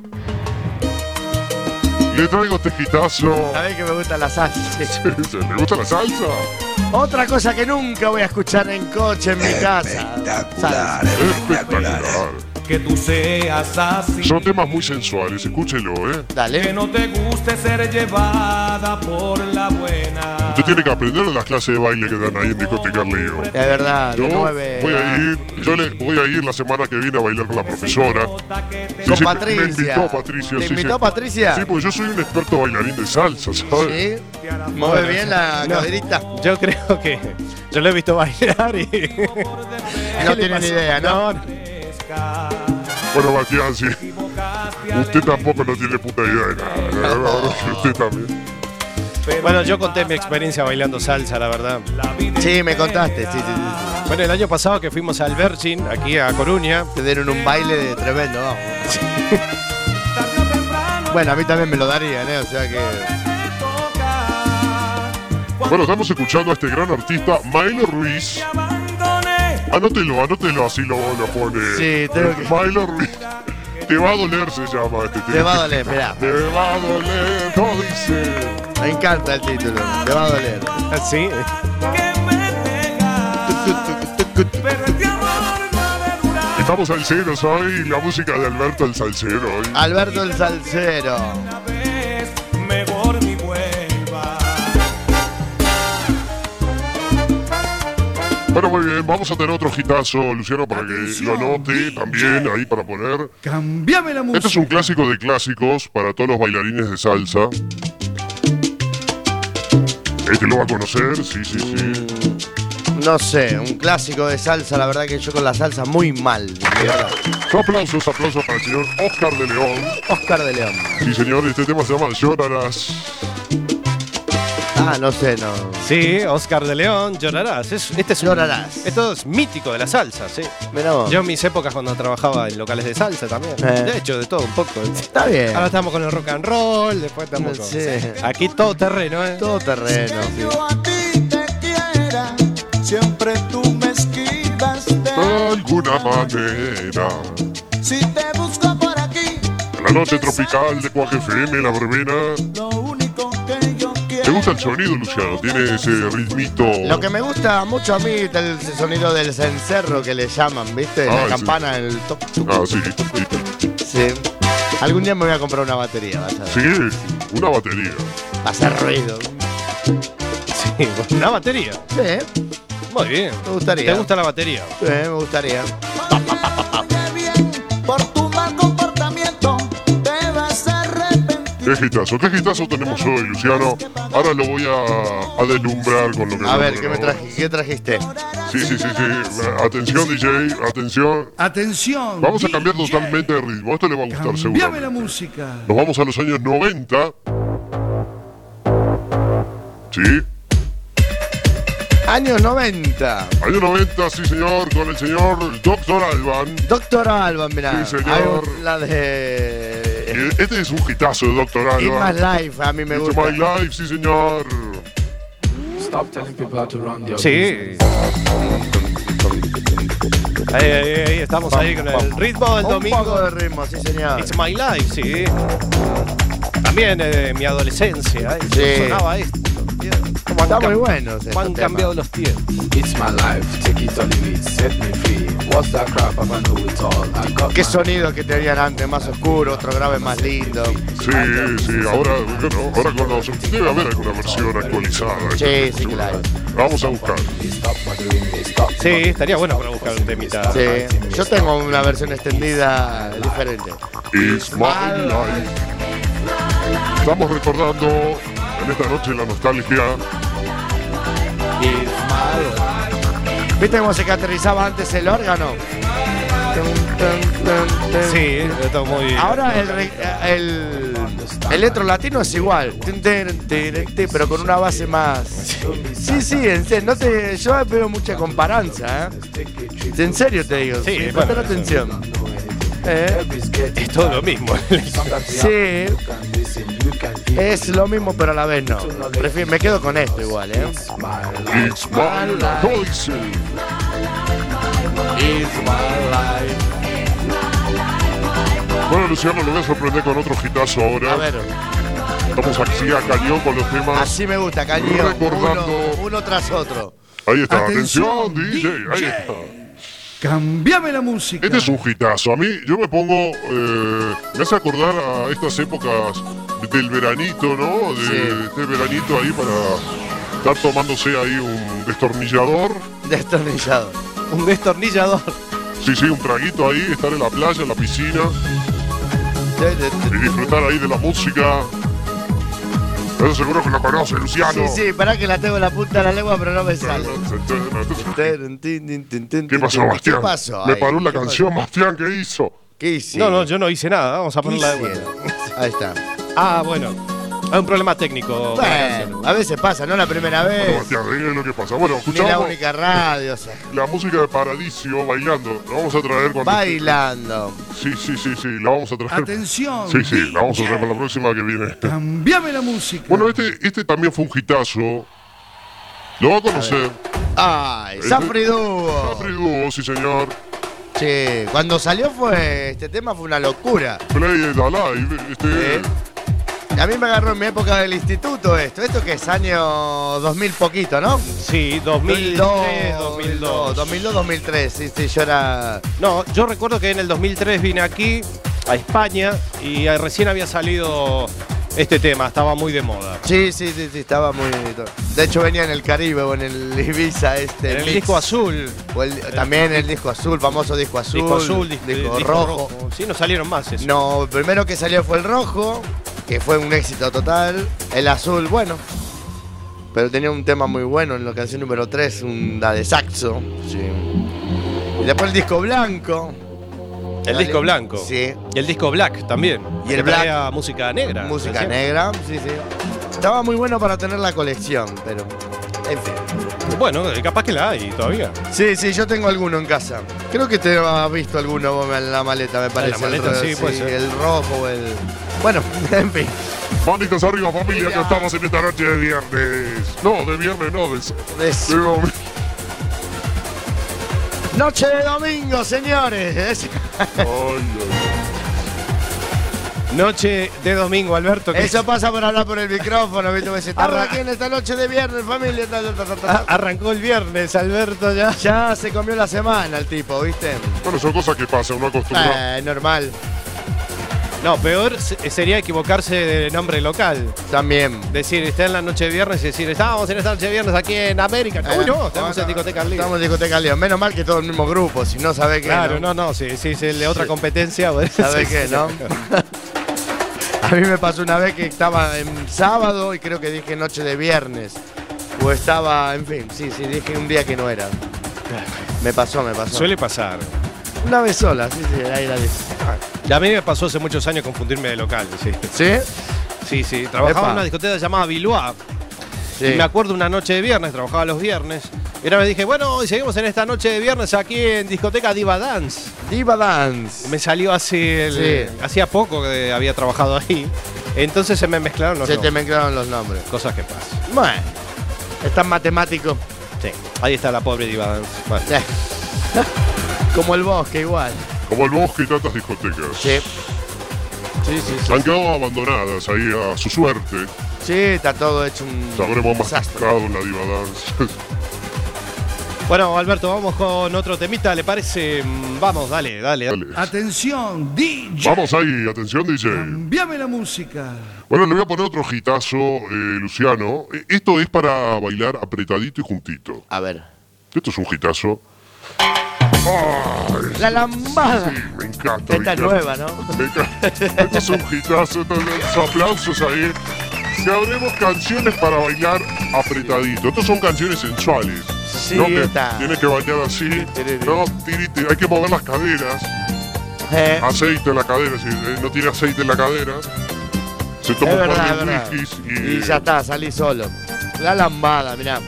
Le traigo este hitazo. Sabés que me gusta la salsa. ¿Le gusta la salsa? Otra cosa que nunca voy a escuchar en coche en mi casa. Salsa. Espectacular. Que tú seas así, Son temas muy sensuales, escúchelo, ¿eh? que Dale. no te guste ser llevada por la buena. Usted tiene que aprender de las clases de baile que dan ahí en Discoteca Río. De verdad, ah, Yo de voy a nueve. ir, yo le voy a ir la semana que viene a bailar con la profesora. Sí, Con sí, me- Patricia. Me invitó Patricia. ¿Te sí, invitó sí. Patricia? Sí, pues yo soy un experto bailarín de salsa, ¿sabes? Sí. Mueve bien la No. caderita. Yo creo que. Yo lo he visto bailar y. No tiene ni idea, ¿no? Bueno, Bastián, sí. Usted tampoco no tiene puta idea de nada. La verdad que usted también. Bueno, yo conté mi experiencia bailando salsa, la verdad. Sí, me contaste. Sí, sí, sí. Bueno, el año pasado que fuimos al Virgin, aquí a Coruña. Te dieron un baile de tremendo, vamos. Tarde o temprano Bueno, a mí también me lo darían, ¿eh? O sea que. Bueno, estamos escuchando a este gran artista, Milo Ruiz. Anótelo, anótelo, así lo, lo pone. Sí, tengo que- Milo Ruiz. Te va a doler, se llama este tema. Te va a doler, mirá. Te va a doler, no dice. Me encanta el título. Te va a doler. Sí. Estamos salseros hoy, la música de Alberto el Salsero. hoy. Alberto el Salsero. Bueno, muy bien, vamos a tener otro hitazo, Luciano, para que lo note también ahí para poner. Cambiame la Este es un clásico de clásicos para todos los bailarines de salsa. Este lo va a conocer, sí, sí, sí. No sé, un clásico de salsa. La verdad que yo con la salsa muy mal. de verdad. Aplausos, aplausos para el señor Oscar de León. Oscar de León. Sí, señor, este tema se llama Llorarás. Ah, no sé, no. Sí, Oscar de León, llorarás. Es- este es un- Llorarás. esto es mítico de la salsa, sí. Mirá vos. Yo en mis épocas cuando trabajaba en locales de salsa también. Ah. Eh. De hecho, de todo un poco. Está bien. Ahora estamos con el rock and roll, después estamos con... Sí. Aquí todo terreno, ¿eh? Todo terreno. sí. Siempre tú me esquivas De alguna manera. Si te busco por aquí, La noche tropical de Cuac FM, la verbena. lo único que yo ¿Te quiero. gusta el sonido, Luciano? Tiene ese ritmito. Lo que me gusta mucho a mí es el sonido del cencerro que le llaman, ¿viste? Ah, La sí. campana, el toc, tuc, Ah, sí. sí. Algún día me voy a comprar una batería, vas a ver. Sí, una batería. Va a hacer ruido. Sí, una batería. Sí, Muy bien. me gustaría. ¿Te gusta la batería? Sí, me gustaría. Óyeme bien, por tu mal comportamiento te vas a arrepentir. ¿Qué gitazo? ¿Qué gitazo tenemos hoy, Luciano? Ahora lo voy a, a deslumbrar con lo que A voy ver, ¿qué me poner ahora. traji- qué trajiste? Sí, sí, sí, sí. Atención, DJ, atención. Atención. Vamos a DJ, cambiar totalmente de ritmo. Esto le va a gustar Cambiame seguramente. la música. Nos vamos a los años 90. Sí, Años 90. años 90, sí, señor, con el señor Doctor Alban. Doctor Alban, mirá. Sí, señor. Hay un- la de... Eh, Este es un hitazo de Doctor In My Alban. Life, a mí me Into gusta. my life, sí, señor. Sí. Ahí, ahí, ahí, estamos ahí con el ritmo del Un poco domingo. de ritmo, sí señor. It's my life, sí. También eh, mi adolescencia. eh, Sí. Sonaba esto. tío. ¿Cómo han Está muy cam- bueno ese cómo han tema. cambiado los tiempos? Qué sonidos que tenían antes, más oscuro, otro grave más lindo. Sí, sí, ahora, bueno, ahora con los- Debe haber alguna versión actualizada. Sí, sí, claro. Vamos a buscar. Sí, estaría bueno para buscar un temita. Sí. Yo tengo una versión extendida diferente. It's my life. Estamos recordando en esta noche la nostalgia. ¿Viste cómo se caracterizaba antes el órgano? Tun, tun, tun, tun. Sí, está muy bien. Ahora el, re- el electro latino es igual, Tin, tin, tin, tin, pero con una base más. Sí, sí, en serio, no te, yo veo mucha comparanza. ¿eh? En serio te digo, Sí, sí, bueno, presta atención. Eh, es todo lo mismo. Sí. Es lo mismo, pero a la vez no. Prefiero, me quedo con esto igual, ¿eh? It's my life. Bueno, Luciano, lo voy a sorprender con otro gitazo A ahora. ver, Estamos aquí a cañón con los temas. así me gusta, Cañón. Uno, Recordando- uno tras otro. Ahí está, Atención, atención, DJ. Ahí DJ. está. Cambiame la música. Este es un hitazo. A mí, yo me pongo. eh, me hace acordar a estas épocas del veranito, ¿no? De este veranito ahí para estar tomándose ahí un destornillador. Destornillado. Un destornillador. Sí, sí, un traguito ahí, estar en la playa, en la piscina y disfrutar ahí de la música. Eso seguro que lo conoce, Luciano. Sí, sí, pará que la tengo en la punta de la lengua, pero no me sale. ¿Qué ¿Qué pasó, Bastián? ¿Qué pasó? Me ahí? paró la ¿Qué canción, Bastián, ¿qué hizo? pasó? ¿Qué hicieron? No, no, yo no hice nada. Vamos a ¿Qué ponerla de vuelta. hicieron? Ahí está. Ah, bueno. Hay un problema técnico. Bueno, a veces pasa, no la primera Bueno, vez. Matías, diga lo que pasa. Ni Bueno, la escuchamos única radio, o sea, la música de Paradiso bailando. La vamos a traer cuando. bailando. Sí, sí, sí, sí, la vamos a traer. Atención. Sí, sí, la vamos a traer para la próxima que viene. Cambiame la música. Bueno, este, este también fue un hitazo. Lo va a conocer. Ay, Safri Duo. Capri Dúo, sí, señor. Che, cuando salió fue este tema fue una locura. Play it alive. Este, ¿Eh? A mí me agarró en mi época del instituto esto. Esto que es año 2000 poquito, ¿no? Sí, 2003, 2002. 2002, 2003. Sí, sí, yo era... No, yo recuerdo que en el 2003 vine aquí, a España, y eh, recién había salido este tema, estaba muy de moda. Sí, sí, sí, sí, estaba muy... De hecho venía en el Caribe o en el Ibiza este. En el mix. disco azul. O el- también el disco azul, famoso disco azul. Disco azul, dis- disco eh, rojo. Sí, no salieron más eso. No, el primero que salió fue el rojo, que fue un éxito total. El azul, bueno. Pero tenía un tema muy bueno en la canción número 3, una de saxo. sí. Y después el disco blanco. El disco blanco. Sí. Y el disco black también. Y el que black. traía música negra. Música recién. negra, sí, sí. Estaba muy bueno para tener la colección, pero. En fin. Bueno, eh, capaz que la hay todavía. Sí, sí, yo tengo alguno en casa. Creo que te has visto alguno vos en la maleta, me parece. maleta, el, ro- sí, puede ser. el rojo, el. Bueno, en fin. manitas arriba, familia, que estamos en esta noche de viernes. No, de viernes no, de, Es- de domingo. Noche de domingo, señores. Es- Noche de domingo, Alberto. que- Eso pasa por hablar por el micrófono, ¿viste? Me dice, "Estamos aquí en esta noche de viernes, familia. ta, ta, ta, ta, ta". Ah, Arrancó el viernes, Alberto, ya. Ya se comió la semana el tipo, ¿viste? Bueno, son cosas que pasan, uno acostumbra. Eh, normal, No, peor se- sería equivocarse de nombre local. también. Decir, está en la noche de viernes y decir, estábamos en esta noche de viernes aquí en América. ¿Cómo Eh, no? Estamos en bueno, Discoteca Libre. Estamos en discoteca Libre. Menos mal que todo el mismo grupo, si no sabés que. Claro, no, no, sí, sí, sí, el de otra competencia. bueno, ¿Sabes sí, qué, sí, no? sí. A mí me pasó una vez que estaba en sábado y creo que dije noche de viernes. O estaba, en fin, sí, sí, dije un día que no era. Me pasó, me pasó. Suele pasar. Una vez sola, sí, sí, ahí la dije. Y a mí me pasó hace muchos años confundirme de local, sí. ¿Sí? Sí, sí, trabajaba Epa. en una discoteca llamada Biloa. Sí. Y me acuerdo una noche de viernes, trabajaba los viernes. Y ahora me dije, bueno, hoy seguimos en esta noche de viernes aquí en Discoteca Diva Dance. Diva Dance. Me salió hace el- Sí. hacía poco que había trabajado ahí. Entonces se me mezclaron los Se te nombres. mezclaron los nombres. Cosas que pasan. Bueno, es tan matemático. Sí. Ahí está la pobre Diva Dance. Bueno. Eh. Como el bosque, igual. Como el bosque y tantas discotecas. Sí. Sí, sí, sí. Han quedado abandonadas ahí a su suerte. Sí, está todo hecho un Sabremos más desastre. tarde en la diva dance. Bueno, Alberto, vamos con otro temita, ¿le parece? Mm, Vamos, dale, dale. Dale. Atención, DJ. Vamos ahí, atención, DJ. Cambiame la música. Bueno, le voy a poner otro gitazo, Luciano. Eh, Esto es para bailar apretadito y juntito. A ver. Esto es un gitazo. La lambada. Sí, me encanta. Esta es Ricardo. nueva, ¿no? Me encanta. Esto es un hitazo. estos son los aplausos ahí. Que habremos canciones para bailar apretadito. Estas son canciones sensuales. Sí, ¿no? Que esta. Tienes que bailar así. No, tirite. Hay que mover las caderas. Eh, Aceite en la cadera. Si eh, no tiene aceite en la cadera, se toma es un verdad, es par de verdad. whiskies y. Y ya está, salí solo. La lambada, mirá.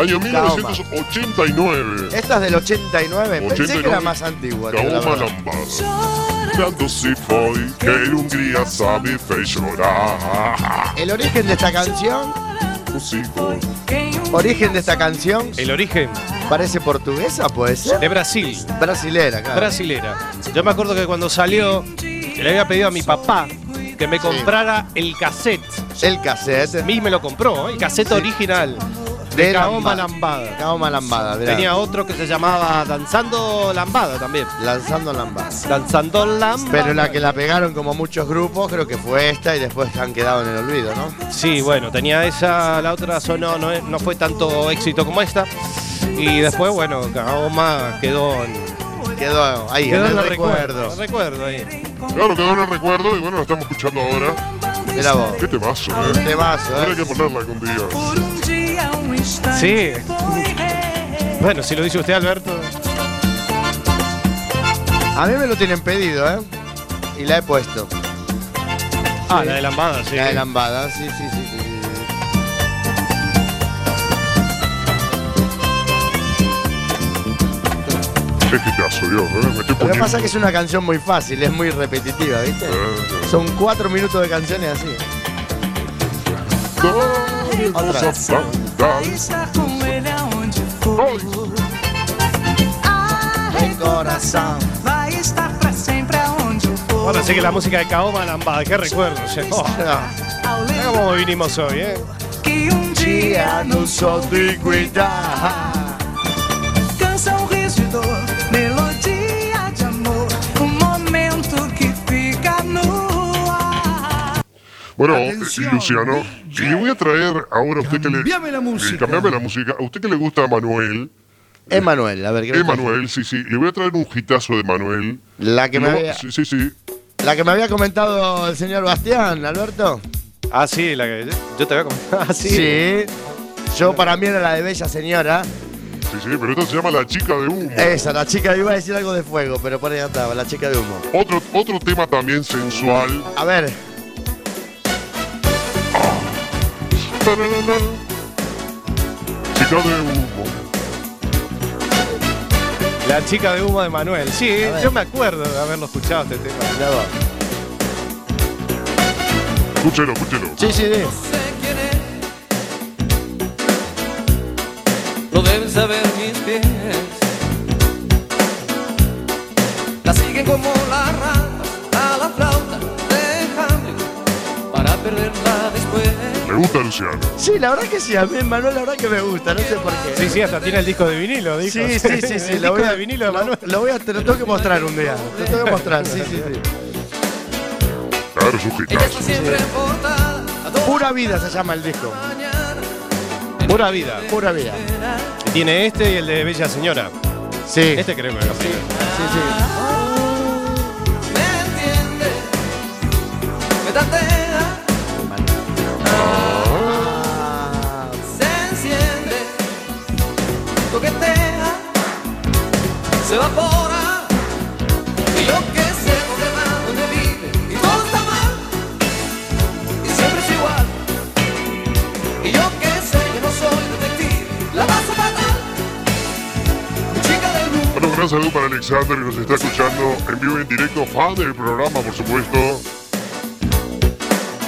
Año Gaoma. 1989. Esta es del 89. Pensé que 89. era más antigua. te digo la Gauma verdad. lambada. Tanto si foi que en Hungría sabe fe llorar. El origen de esta canción, Os hijos. origen de esta canción, El origen parece portuguesa, puede ser. de Brasil, Brasilera, claro. brasilera. Yo me acuerdo que cuando salió, le había pedido a mi papá que me comprara el cassette. El cassette A mí me lo compró, ¿eh? el cassette original de Caoma Lambada. Gaoma lambada, mirá. Tenía otro que se llamaba Danzando Lambada también. Lanzando lambada. Danzando Lambada. Pero la que la pegaron como muchos grupos, creo que fue esta y después han quedado en el olvido, ¿no? Sí, bueno, tenía esa, la otra sonó, no, eh, no fue tanto éxito como esta. Y después, bueno, Kaoma quedó en, Quedó ahí, quedó en en el los recuerdos, recuerdo. en el recuerdo ahí. Claro, quedó en el recuerdo y bueno, lo estamos escuchando ahora. Ah, Mirá vos. Qué temazo, Un eh. temazo, Tiene ¿eh? que ponerla algún día. Sí. Bueno, si lo dice usted, Alberto. A mí me lo tienen pedido, ¿eh? Y la he puesto. Ah, la de lambada, sí. La de lambada, sí, sí, sí, sí, sí, sí. Es que te asurió, ¿eh? Me estoy Lo que poniendo. pasa es que es una canción muy fácil, es muy repetitiva, ¿viste? Son cuatro minutos de canciones así. Dale, Otra vez. dale, dale. corazón. Ahora sí que la música de Kaoma lambada, qué recuerdos. eh. Oh, mirá cómo vinimos hoy, ¿eh? um Día no sos Canção regidor, melodia de amor, um momento que fica no ar. Bueno, eh, Atención, Luciano, DJ. y voy a traer ahora a usted que le. Cambiame la eh, música. Cambiame la música. A usted que le gusta a Manuel. Emanuel, a ver ¿qué me Emanuel, sí, sí. Le voy a traer un hitazo de Manuel. La que, me No, había, Sí, sí, sí. la que me había comentado el señor Bastián, Alberto. Ah, sí, la que. Yo te voy a comentar. Ah, sí. Yo para mí era la de Bella Señora. Sí, sí, pero esta se llama La Chica de Humo. Esa, la chica, iba a decir algo de fuego, pero por ahí no estaba, la chica de humo. Otro, otro tema también sensual. A ver, Tararara. Chica de Humo. La chica de humo de Manuel. Sí, ver. yo me acuerdo de haberlo escuchado este tema. mirá vos. Escúchelo, escúchelo. Sí, sí, sí. Sé quién es. Lo deben saber mis pies. La siguen como la rata a la flauta de Hamlet para perderla después. Me gusta Luciano. Sí, la verdad que sí, a mí Manuel la verdad que me gusta, no sé por qué. Sí, sí, hasta tiene el disco de vinilo, dijo. Sí, sí, sí, sí. El Lo disco voy a, de vinilo de lo- Manuel. lo voy a, te lo tengo que mostrar un día. Te lo tengo que mostrar, sí, sí, sí. Claro, es un Ella está hitazo. siempre portada a toda Pura vida se llama el disco. mañana. Pura vida. Pura vida. Y tiene este y el de Bella Señora. Sí. Este creo que lo sí. Sí, sí. Me entiende, me tatea, Ah, se enciende, coquetea, se evapora. Y yo que sé dónde va, dónde vive, y todo está mal, y siempre es igual. Y yo que sé, yo no soy detective, la paso fatal, chica del mundo. Bueno, gran saludo para Alexander que nos está escuchando en vivo y en directo. Fan del programa, por supuesto.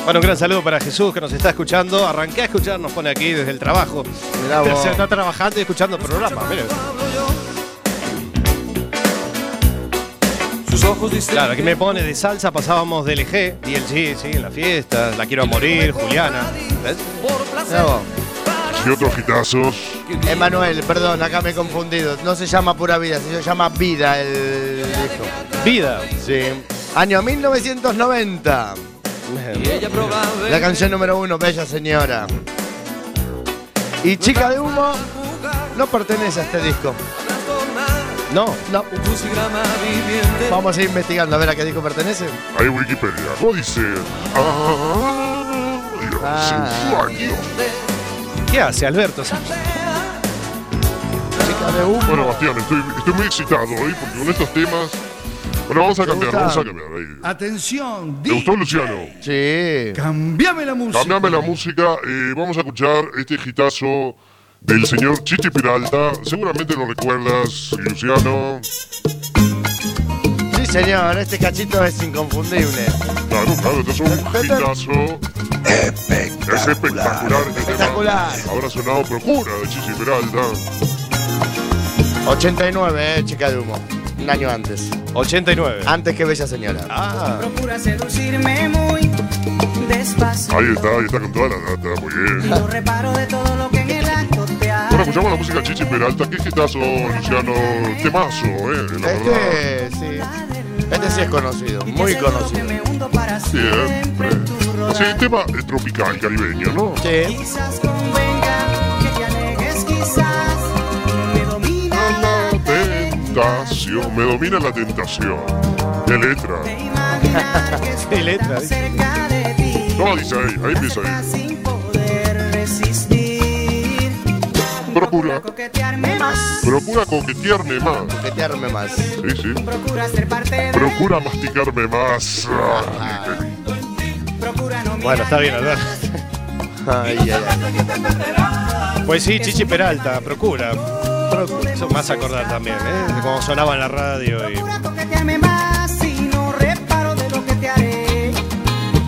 Bueno, un gran saludo para Jesús que nos está escuchando. Arranqué a escucharnos, pone aquí desde el trabajo. Mirá vos. O sea, está trabajando y escuchando el programa. mire. Sus ojos dicen Claro, aquí me pone de salsa, pasábamos del EG, DLG, sí, en la fiesta, La Quiero a Morir, Juliana. ¿Ves? por mirá placer. vos. Y otros hitazos. Emanuel, perdón, acá me he confundido. No se llama Pura Vida, se llama Vida el disco. Vida. Sí. Año 1990. Y ella probaba La canción número uno, Bella Señora. Y Chica de Humo jugar, no pertenece a este disco. trastornar No. No. un crucigrama viviente. Vamos a ir investigando a ver a qué disco pertenece. Hay Wikipedia. Códice. Ah, Dios, Ah. sensual. ¿Qué hace Alberto? Chica de Humo. Bueno, Bastián, estoy, estoy muy excitado hoy porque con estos temas. Bueno, vamos a cambiar, gusta? vamos a cambiar. ahí. Atención, ¿Te gustó, DJ. Luciano? Sí. Cambiame la música. Cambiame la música. eh, vamos a escuchar este gitazo del señor Chichi Peralta. Seguramente lo recuerdas, Luciano. Sí, señor, este cachito es inconfundible. Claro, claro, este es un gitazo. Es espectacular este tema. Espectacular. Habrá sonado Procura de Chichi Peralta. 89, eh, Chica de Humo. Un año antes. 89. Antes que Bella Señora. Ah. Procura seducirme muy despacio. Ahí está, ahí está con toda la data, muy bien. Yo reparo de todo lo que en el acto te hago. Bueno, escuchamos la música de Chichi Peralta. ¿Qué gitazo, Luciano? Temazo, eh, la verdad. Este sí. Este sí es conocido, muy conocido. Me hundo para Siempre. siempre en tu Sí, rodar. tema eh, tropical caribeño, ¿no? Sí. Quizás convenga que te alejes, quizás me domina La la tentación, me domina la tentación. De letra. de imaginar que estoy Qué letra, tan dice. cerca de ti. No, dice ahí, ahí empieza Acerca ahí. sin poder resistir. Procura. Coquetearme más, Procura coquetearme más. Que te arme más. Sí, sí. procura ser parte de Procura masticarme más. Ah, Bueno, está bien, Alberto. Ay, ay, ay. Pues sí, Chichi Peralta, procura. Eso más acordar también, ¿eh? Como sonaba en la radio y. que te ame más y no reparo de lo que te haré.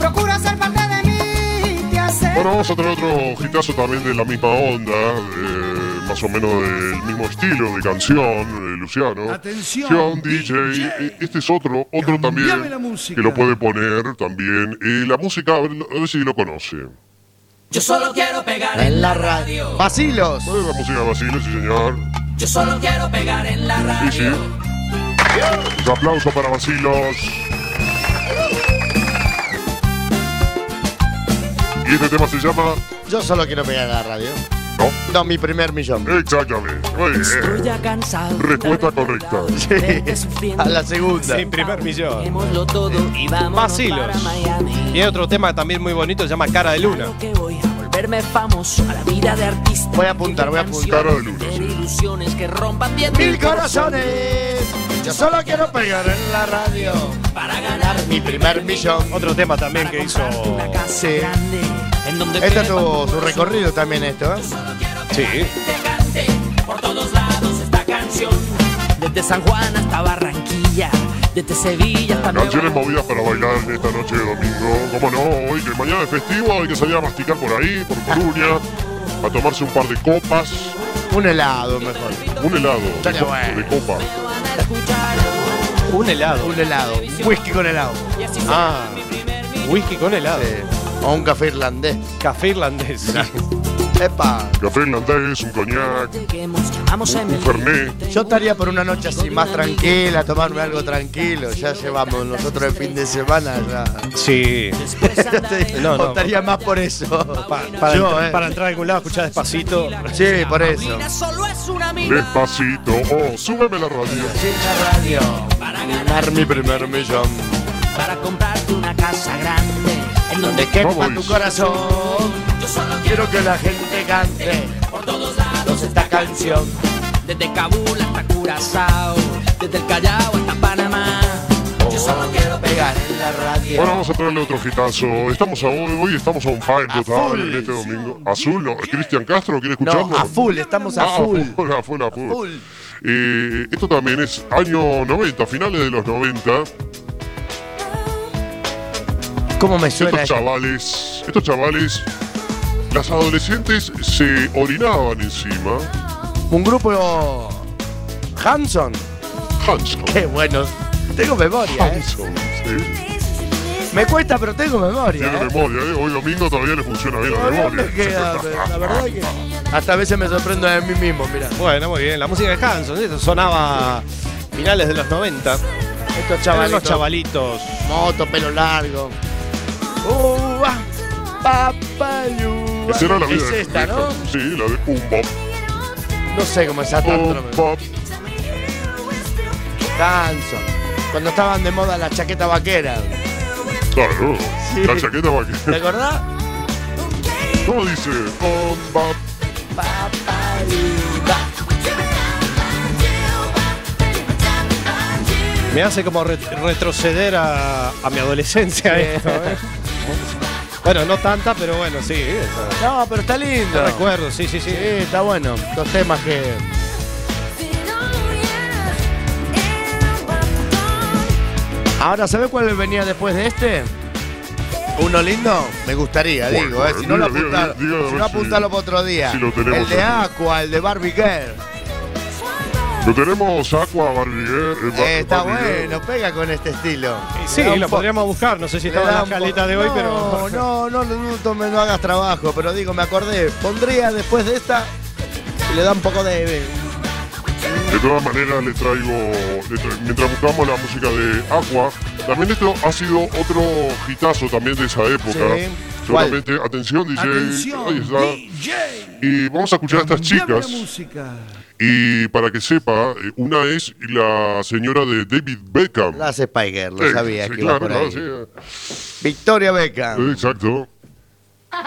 Procura ser parte de mí y te hace. Bueno, vamos a tener otro hitazo también de la misma onda, eh, más o menos del mismo estilo de canción, eh, Luciano. Atención, John DJ, eh, este es otro, otro también la música. que lo puede poner también. Eh, la música, a ver, a ver si lo conoce. Yo solo quiero pegar En en la la radio. radio. Vacilos. Bueno, la música de Basile, sí señor. Yo solo quiero pegar en la Sí, sí. radio. Un aplauso para Basilos. Y este tema se llama Yo solo quiero pegar a la radio. No. No, mi primer millón. Exactamente. Muy Estoy bien. ya cansado. Respuesta correcta. Verte sufriendo. A la segunda. Sin primer millón. Dejémoslo todo y vamos Vacilos. para Miami. Y hay otro tema también muy bonito, se llama Cara de Luna. Claro que voy a volverme famoso a la vida de artista. Voy a apuntar, voy a apuntar. Cara de luna, Tener ilusiones que rompan diez Mil corazones. Yo solo quiero pegar en la radio. para ganar Mi primer millón. Otro tema también que hizo. una casa Sí. grande en donde Este es quepa tu, un su recorrido también esto, ¿eh? Sí. te cante por todos lados esta canción. Desde San Juan hasta Barranquilla, desde Sevilla hasta Nueva Canciones movidas para bailar en esta noche de domingo. Como no, hoy que mañana es festivo, hay que salir a masticar por ahí, por Coruña, a tomarse un par de copas, Un helado mejor. un helado de, Estaría co- bueno. de copa. Van a escuchar Un helado. Un helado. Un whisky con helado. y así Ah. Whisky con helado. Sí. O este, un café irlandés. Café irlandés. Epa. Café irlandés, un coñac, lleguemos, vamos a un fernet. Yo estaría por una noche así más tranquila, tomarme algo tranquilo. Ya llevamos nosotros el fin de semana. Ya. Sí. No, no. Optaría más por eso. Pa- para, Yo, entrar, eh. para entrar a algún lado, escuchar despacito. Sí, por eso. Solo es una amiga. Despacito. Oh, súbeme la radio. radio Para ganar mi primer millón. para comprarte una casa grande en donde Donde quepa Vamos. tu corazón. Yo solo quiero que la gente cante por todos lados todos esta canción. desde Kabul hasta Curazao, desde el Callao hasta Panamá. Yo solo quiero Pegar en la Ahora radio. vamos a traerle otro gitazo. Estamos a- hoy estamos a un fire total full. en este domingo. Azul, no. ¿Cristian Castro quiere escucharlo? No, a full, estamos a Ah, full. a full, a full. Full. Eh, esto también es año 90, finales de los 90. ¿Cómo me suena Estos esto? chavales, estos chavales, las adolescentes se orinaban encima. Un grupo. Hanson. Hanson. Qué bueno. Tengo memoria, ¿eh? Hanson. sí. Me cuesta, pero tengo memoria. Tiene ¿eh? memoria, ¿eh? Hoy domingo todavía le funciona bien la Todavía me queda, memoria. pero la verdad que. Hasta a veces me sorprendo de mí mismo, mira. Bueno, muy bien. La música de Hanson, ¿sí? Esto sonaba finales de los 90. Estos Eran Los chavalitos. chavalitos. Moto, pelo largo. Uva, papayúa. Esa era la vida Es de- esta, de- ¿no? Sí, la de un bop, No sé cómo es esa tanto. un bop. Hanson. Cuando estaban de moda la chaqueta vaquera. Claro, Sí. la chaqueta va aquí. ¿Te acordás? ¿Cómo dice? Bom, bop. Me hace como re- retroceder a, a mi adolescencia esto, ¿eh? Bueno, no tanta, pero bueno, sí. eso. No, pero está Te lindo. Eh, recuerdo, sí, sí, sí. Sí, está bueno. Los temas que. Ahora, ¿sabes cuál venía después de este? Uno lindo, me gustaría, Bueno, digo, eh, si no lo diga, diga, apuntar, diga, a si ver no si- apuntarlo para otro día. si lo tenemos el de aquí. Aqua, el de Barbie Girl. Lo tenemos Aqua Barbier. eh, Bar- Eh, está Barbier. bueno, pega con este estilo. Sí, Le da un lo po- podríamos buscar. No sé si le estaba en da la un po- escaleta de hoy, no, pero. No, no, no, no, tome- no hagas trabajo, pero digo, me acordé. Pondría después de esta, y le da un poco de. De todas maneras, le traigo, le tra- mientras buscamos la música de Aqua, también esto ha sido otro hitazo también de esa época. Sí. ¿Cuál? Seguramente, atención DJ, ahí Atención, está. DJ. Y vamos a escuchar a estas Cambiame chicas. la música. Y para que sepa, eh, una es la señora de David Beckham. Las Spiker, lo Eh, sabía sí, que iba claro, por claro, ahí. sí, eh, Victoria Beckham. eh, Exacto. Ahí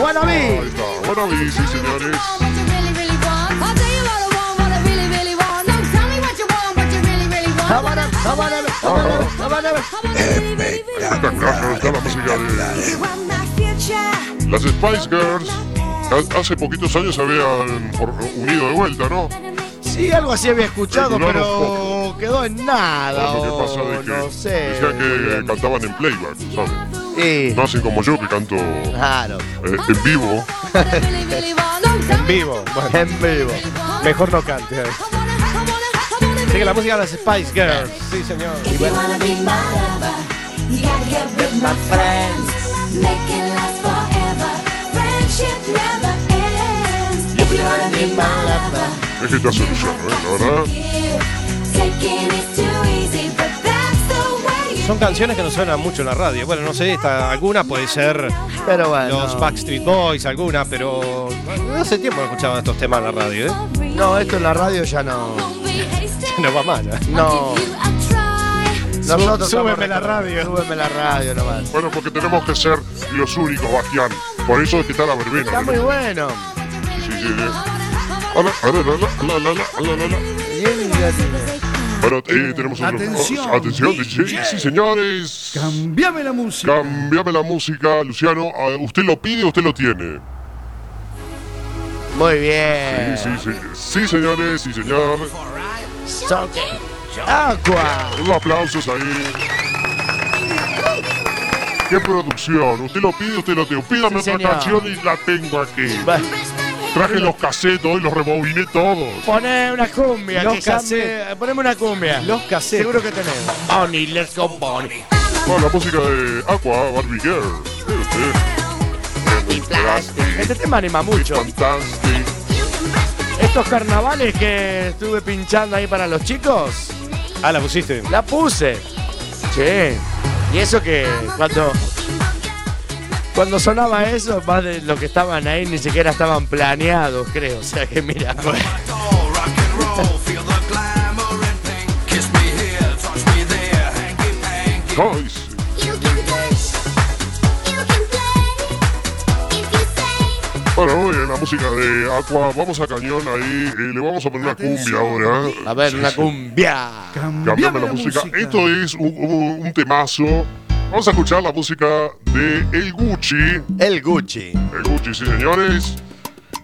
Wannabe. está. Bueno, y sí, señores. How about a- la música de las Spice Girls. Ha- Hace poquitos años se habían por- unido de vuelta, ¿no? Sí, algo así había escuchado, Regular un pero quedó en nada. Lo que o pasa es que no sé. decía que cantaban en playback, ¿sabes? Eh, No hacen como yo que canto Claro. eh, en vivo. En vivo. bueno. En vivo. Mejor no cante. eh. Sigue la música de las Spice Girls. Sí, señor. Es que te hace ilusión, ¿eh? La verdad. Son canciones que no suenan mucho en la radio. Bueno, no sé, esta, alguna puede ser Pero bueno. los Backstreet Boys, alguna, pero bueno, hace tiempo no escuchaban estos temas en la radio, ¿eh? No, esto en la radio ya no. No va mal. ¿eh? No. Nosotros Súbeme estamos- la radio. Súbeme la radio nomás. Bueno, porque tenemos que ser los únicos, Bastián. Por eso es que está la verbena. Está muy bueno. Sí, sí, sí. Ala, ala, ala, ala, ala, ala, ala, ala. Bueno, eh, tenemos otro. Atención, oh, atención, sí, DJ. sí, señores. Cambiame la música. Cambiame la música, Luciano. Ah, ¿Usted lo pide o usted lo tiene? Muy bien. Sí, sí, sí. Sí, señores, sí, señor. Aqua. Unos aplausos ahí. ¡Qué producción! Usted lo pide, usted lo tiene. Pídame Sí, otra señor. canción y la tengo aquí. Traje los casetos y los rebobiné todos. Poné una cumbia. Los que cambie- Poneme una cumbia. Los casetes. Seguro que tenemos. Bonnie, let's go, Bonnie. Con la música de Aqua, Barbie Girl. Mire usted. Este tema anima mucho. Fantástico. Estos carnavales que estuve pinchando ahí para los chicos, Ah, la pusiste. la puse. Che. Y eso que cuando. Cuando sonaba eso, más de lo que estaban ahí ni siquiera estaban planeados, creo. O sea que mira. Ay, sí. Bueno, muy bien, la música de Aqua. Vamos a cañón ahí. eh, le vamos a poner una cumbia ahora. A ver, Sí, una sí. cumbia. Cambiame la música. Esto es un, un- un temazo. Vamos a escuchar la música de El Gucci. El El Gucci. Gucci, sí, señores.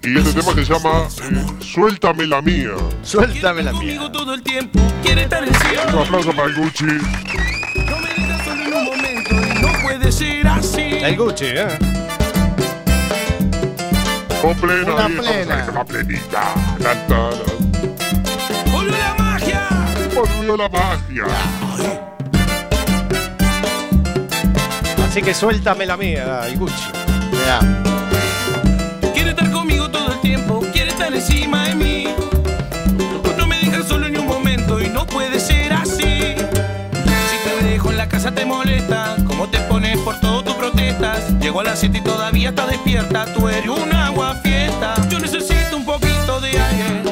Y este tema que se llama eh, Suéltame la mía. Suéltame la mía. todo el tiempo quiere estar encima. Un aplauso para el Gucci. No me digas solo en un momento y no puede ser así. El Gucci, ¿eh? Con plena. Una ahí, vamos a ver, plena. La plenita. La, la, la. Volvió la magia. Volvió la magia. Así que suéltame la mía, el Gucci. Mirá. Quiere estar conmigo todo el tiempo, quiere estar encima de mí. No me dejas solo en un momento y no puede ser así. Si te dejo en la casa te molesta, cómo te pones por todo tu protestas. Llego a las 7 y todavía estás despierta, tú eres un agua fiesta. Yo necesito un poquito de aire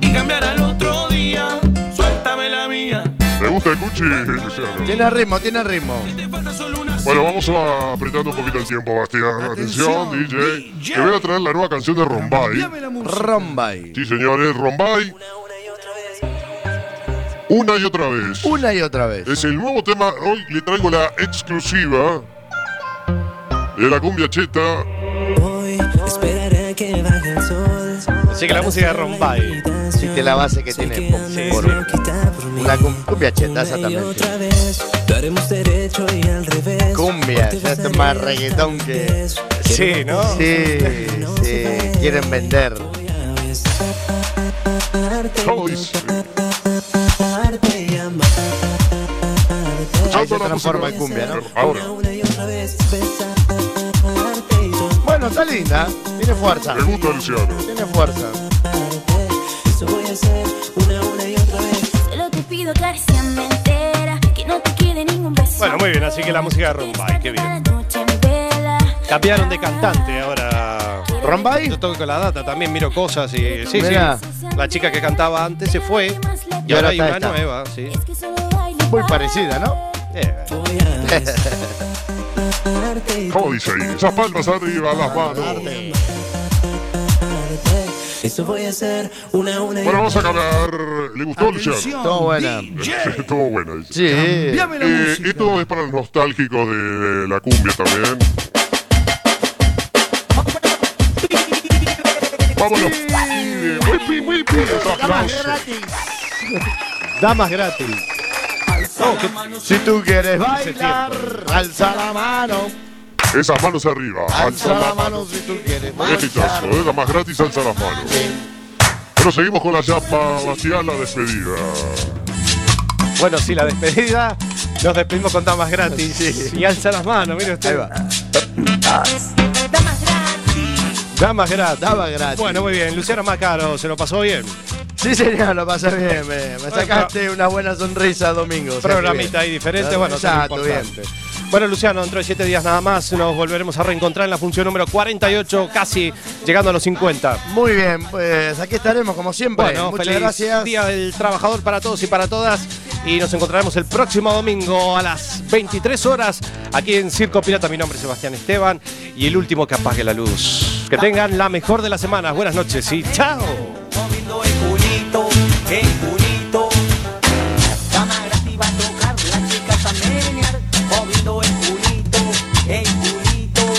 y cambiar al otro día. Suéltame la mía. ¿Te gusta el Gucci, Luciano? Tiene ritmo, tiene ritmo. Te falta solo una Bueno, vamos a apretando un poquito el tiempo, Bastián. Atención, DJ. Te voy a traer la nueva canción de Rombay. Cambiame la música. Rombay. Sí, señores, Rombay. Una y otra vez. Una y otra vez. Es el nuevo tema. Hoy le traigo la exclusiva de la cumbia cheta. Así que la música de Rombay. Viste la base que tiene. pum, por- Una cum- cumbia cheta, exactamente. Cumbia, ya esto es más reggaetón que. Sí, ¿no? Sí, sí, quieren vender. Choice. Ahí se transforma en cumbia, ¿no? Ahora, Bueno, está linda. Tiene fuerza. me gusta Luciano. Tiene fuerza. Solo te pido me entera, que no te quede ningún beso. Bueno, muy bien, así que la música de Rombay, qué bien. Cambiaron de cantante ahora. ¿Rombay? Yo toco la data también, miro cosas y. Sí, Mirá. sí. La chica que cantaba antes se fue. Y, Y ahora ahora hay está una esta. nueva, sí. Muy parecida, ¿no? Eh, ¿Cómo dice ahí? Esas palmas arriba, las manos. Eso voy a hacer una a una. y- Bueno, vamos a ganar. ¿Le gustó el Atención, Estuvo buena. Estuvo buena. dice. Sí. Cámbiame la Eh, música. esto es para los nostálgicos de la cumbia también. Vámonos. Whippy, whippy. Los aplausos. Damas gratis. Oh, Si tú quieres bailar, alza la mano. Esas manos arriba. Alza la Alza mano si tú quieres la Exitazo, bailar. eh, la más gratis, alza las manos. Bueno, seguimos con la chapa vacía, la despedida. Bueno, sí, la despedida. Nos despedimos con damas gratis. Y alza las manos, mire usted. Damas gratis. Damas gratis. Bueno, muy bien. Luciano Macaro, ¿se lo pasó bien? Sí, señor, lo pasé bien. Me, me sacaste una buena sonrisa domingo. o sea que Programita bien. ahí diferente. Bueno, eso es lo Exacto, importante. Bueno, Luciano, dentro de siete días nada más nos volveremos a reencontrar en la función número 48, casi llegando a los 50. Muy bien, pues aquí estaremos como siempre. Bueno, Muchas feliz gracias. Día del Trabajador para todos y para todas. Y nos encontraremos el próximo domingo a las 23 horas aquí en Circo Pirata. Mi nombre es Sebastián Esteban y el último que apague la luz. Que tengan la mejor de las semanas. Buenas noches y chao. moviendo el culito, el culito.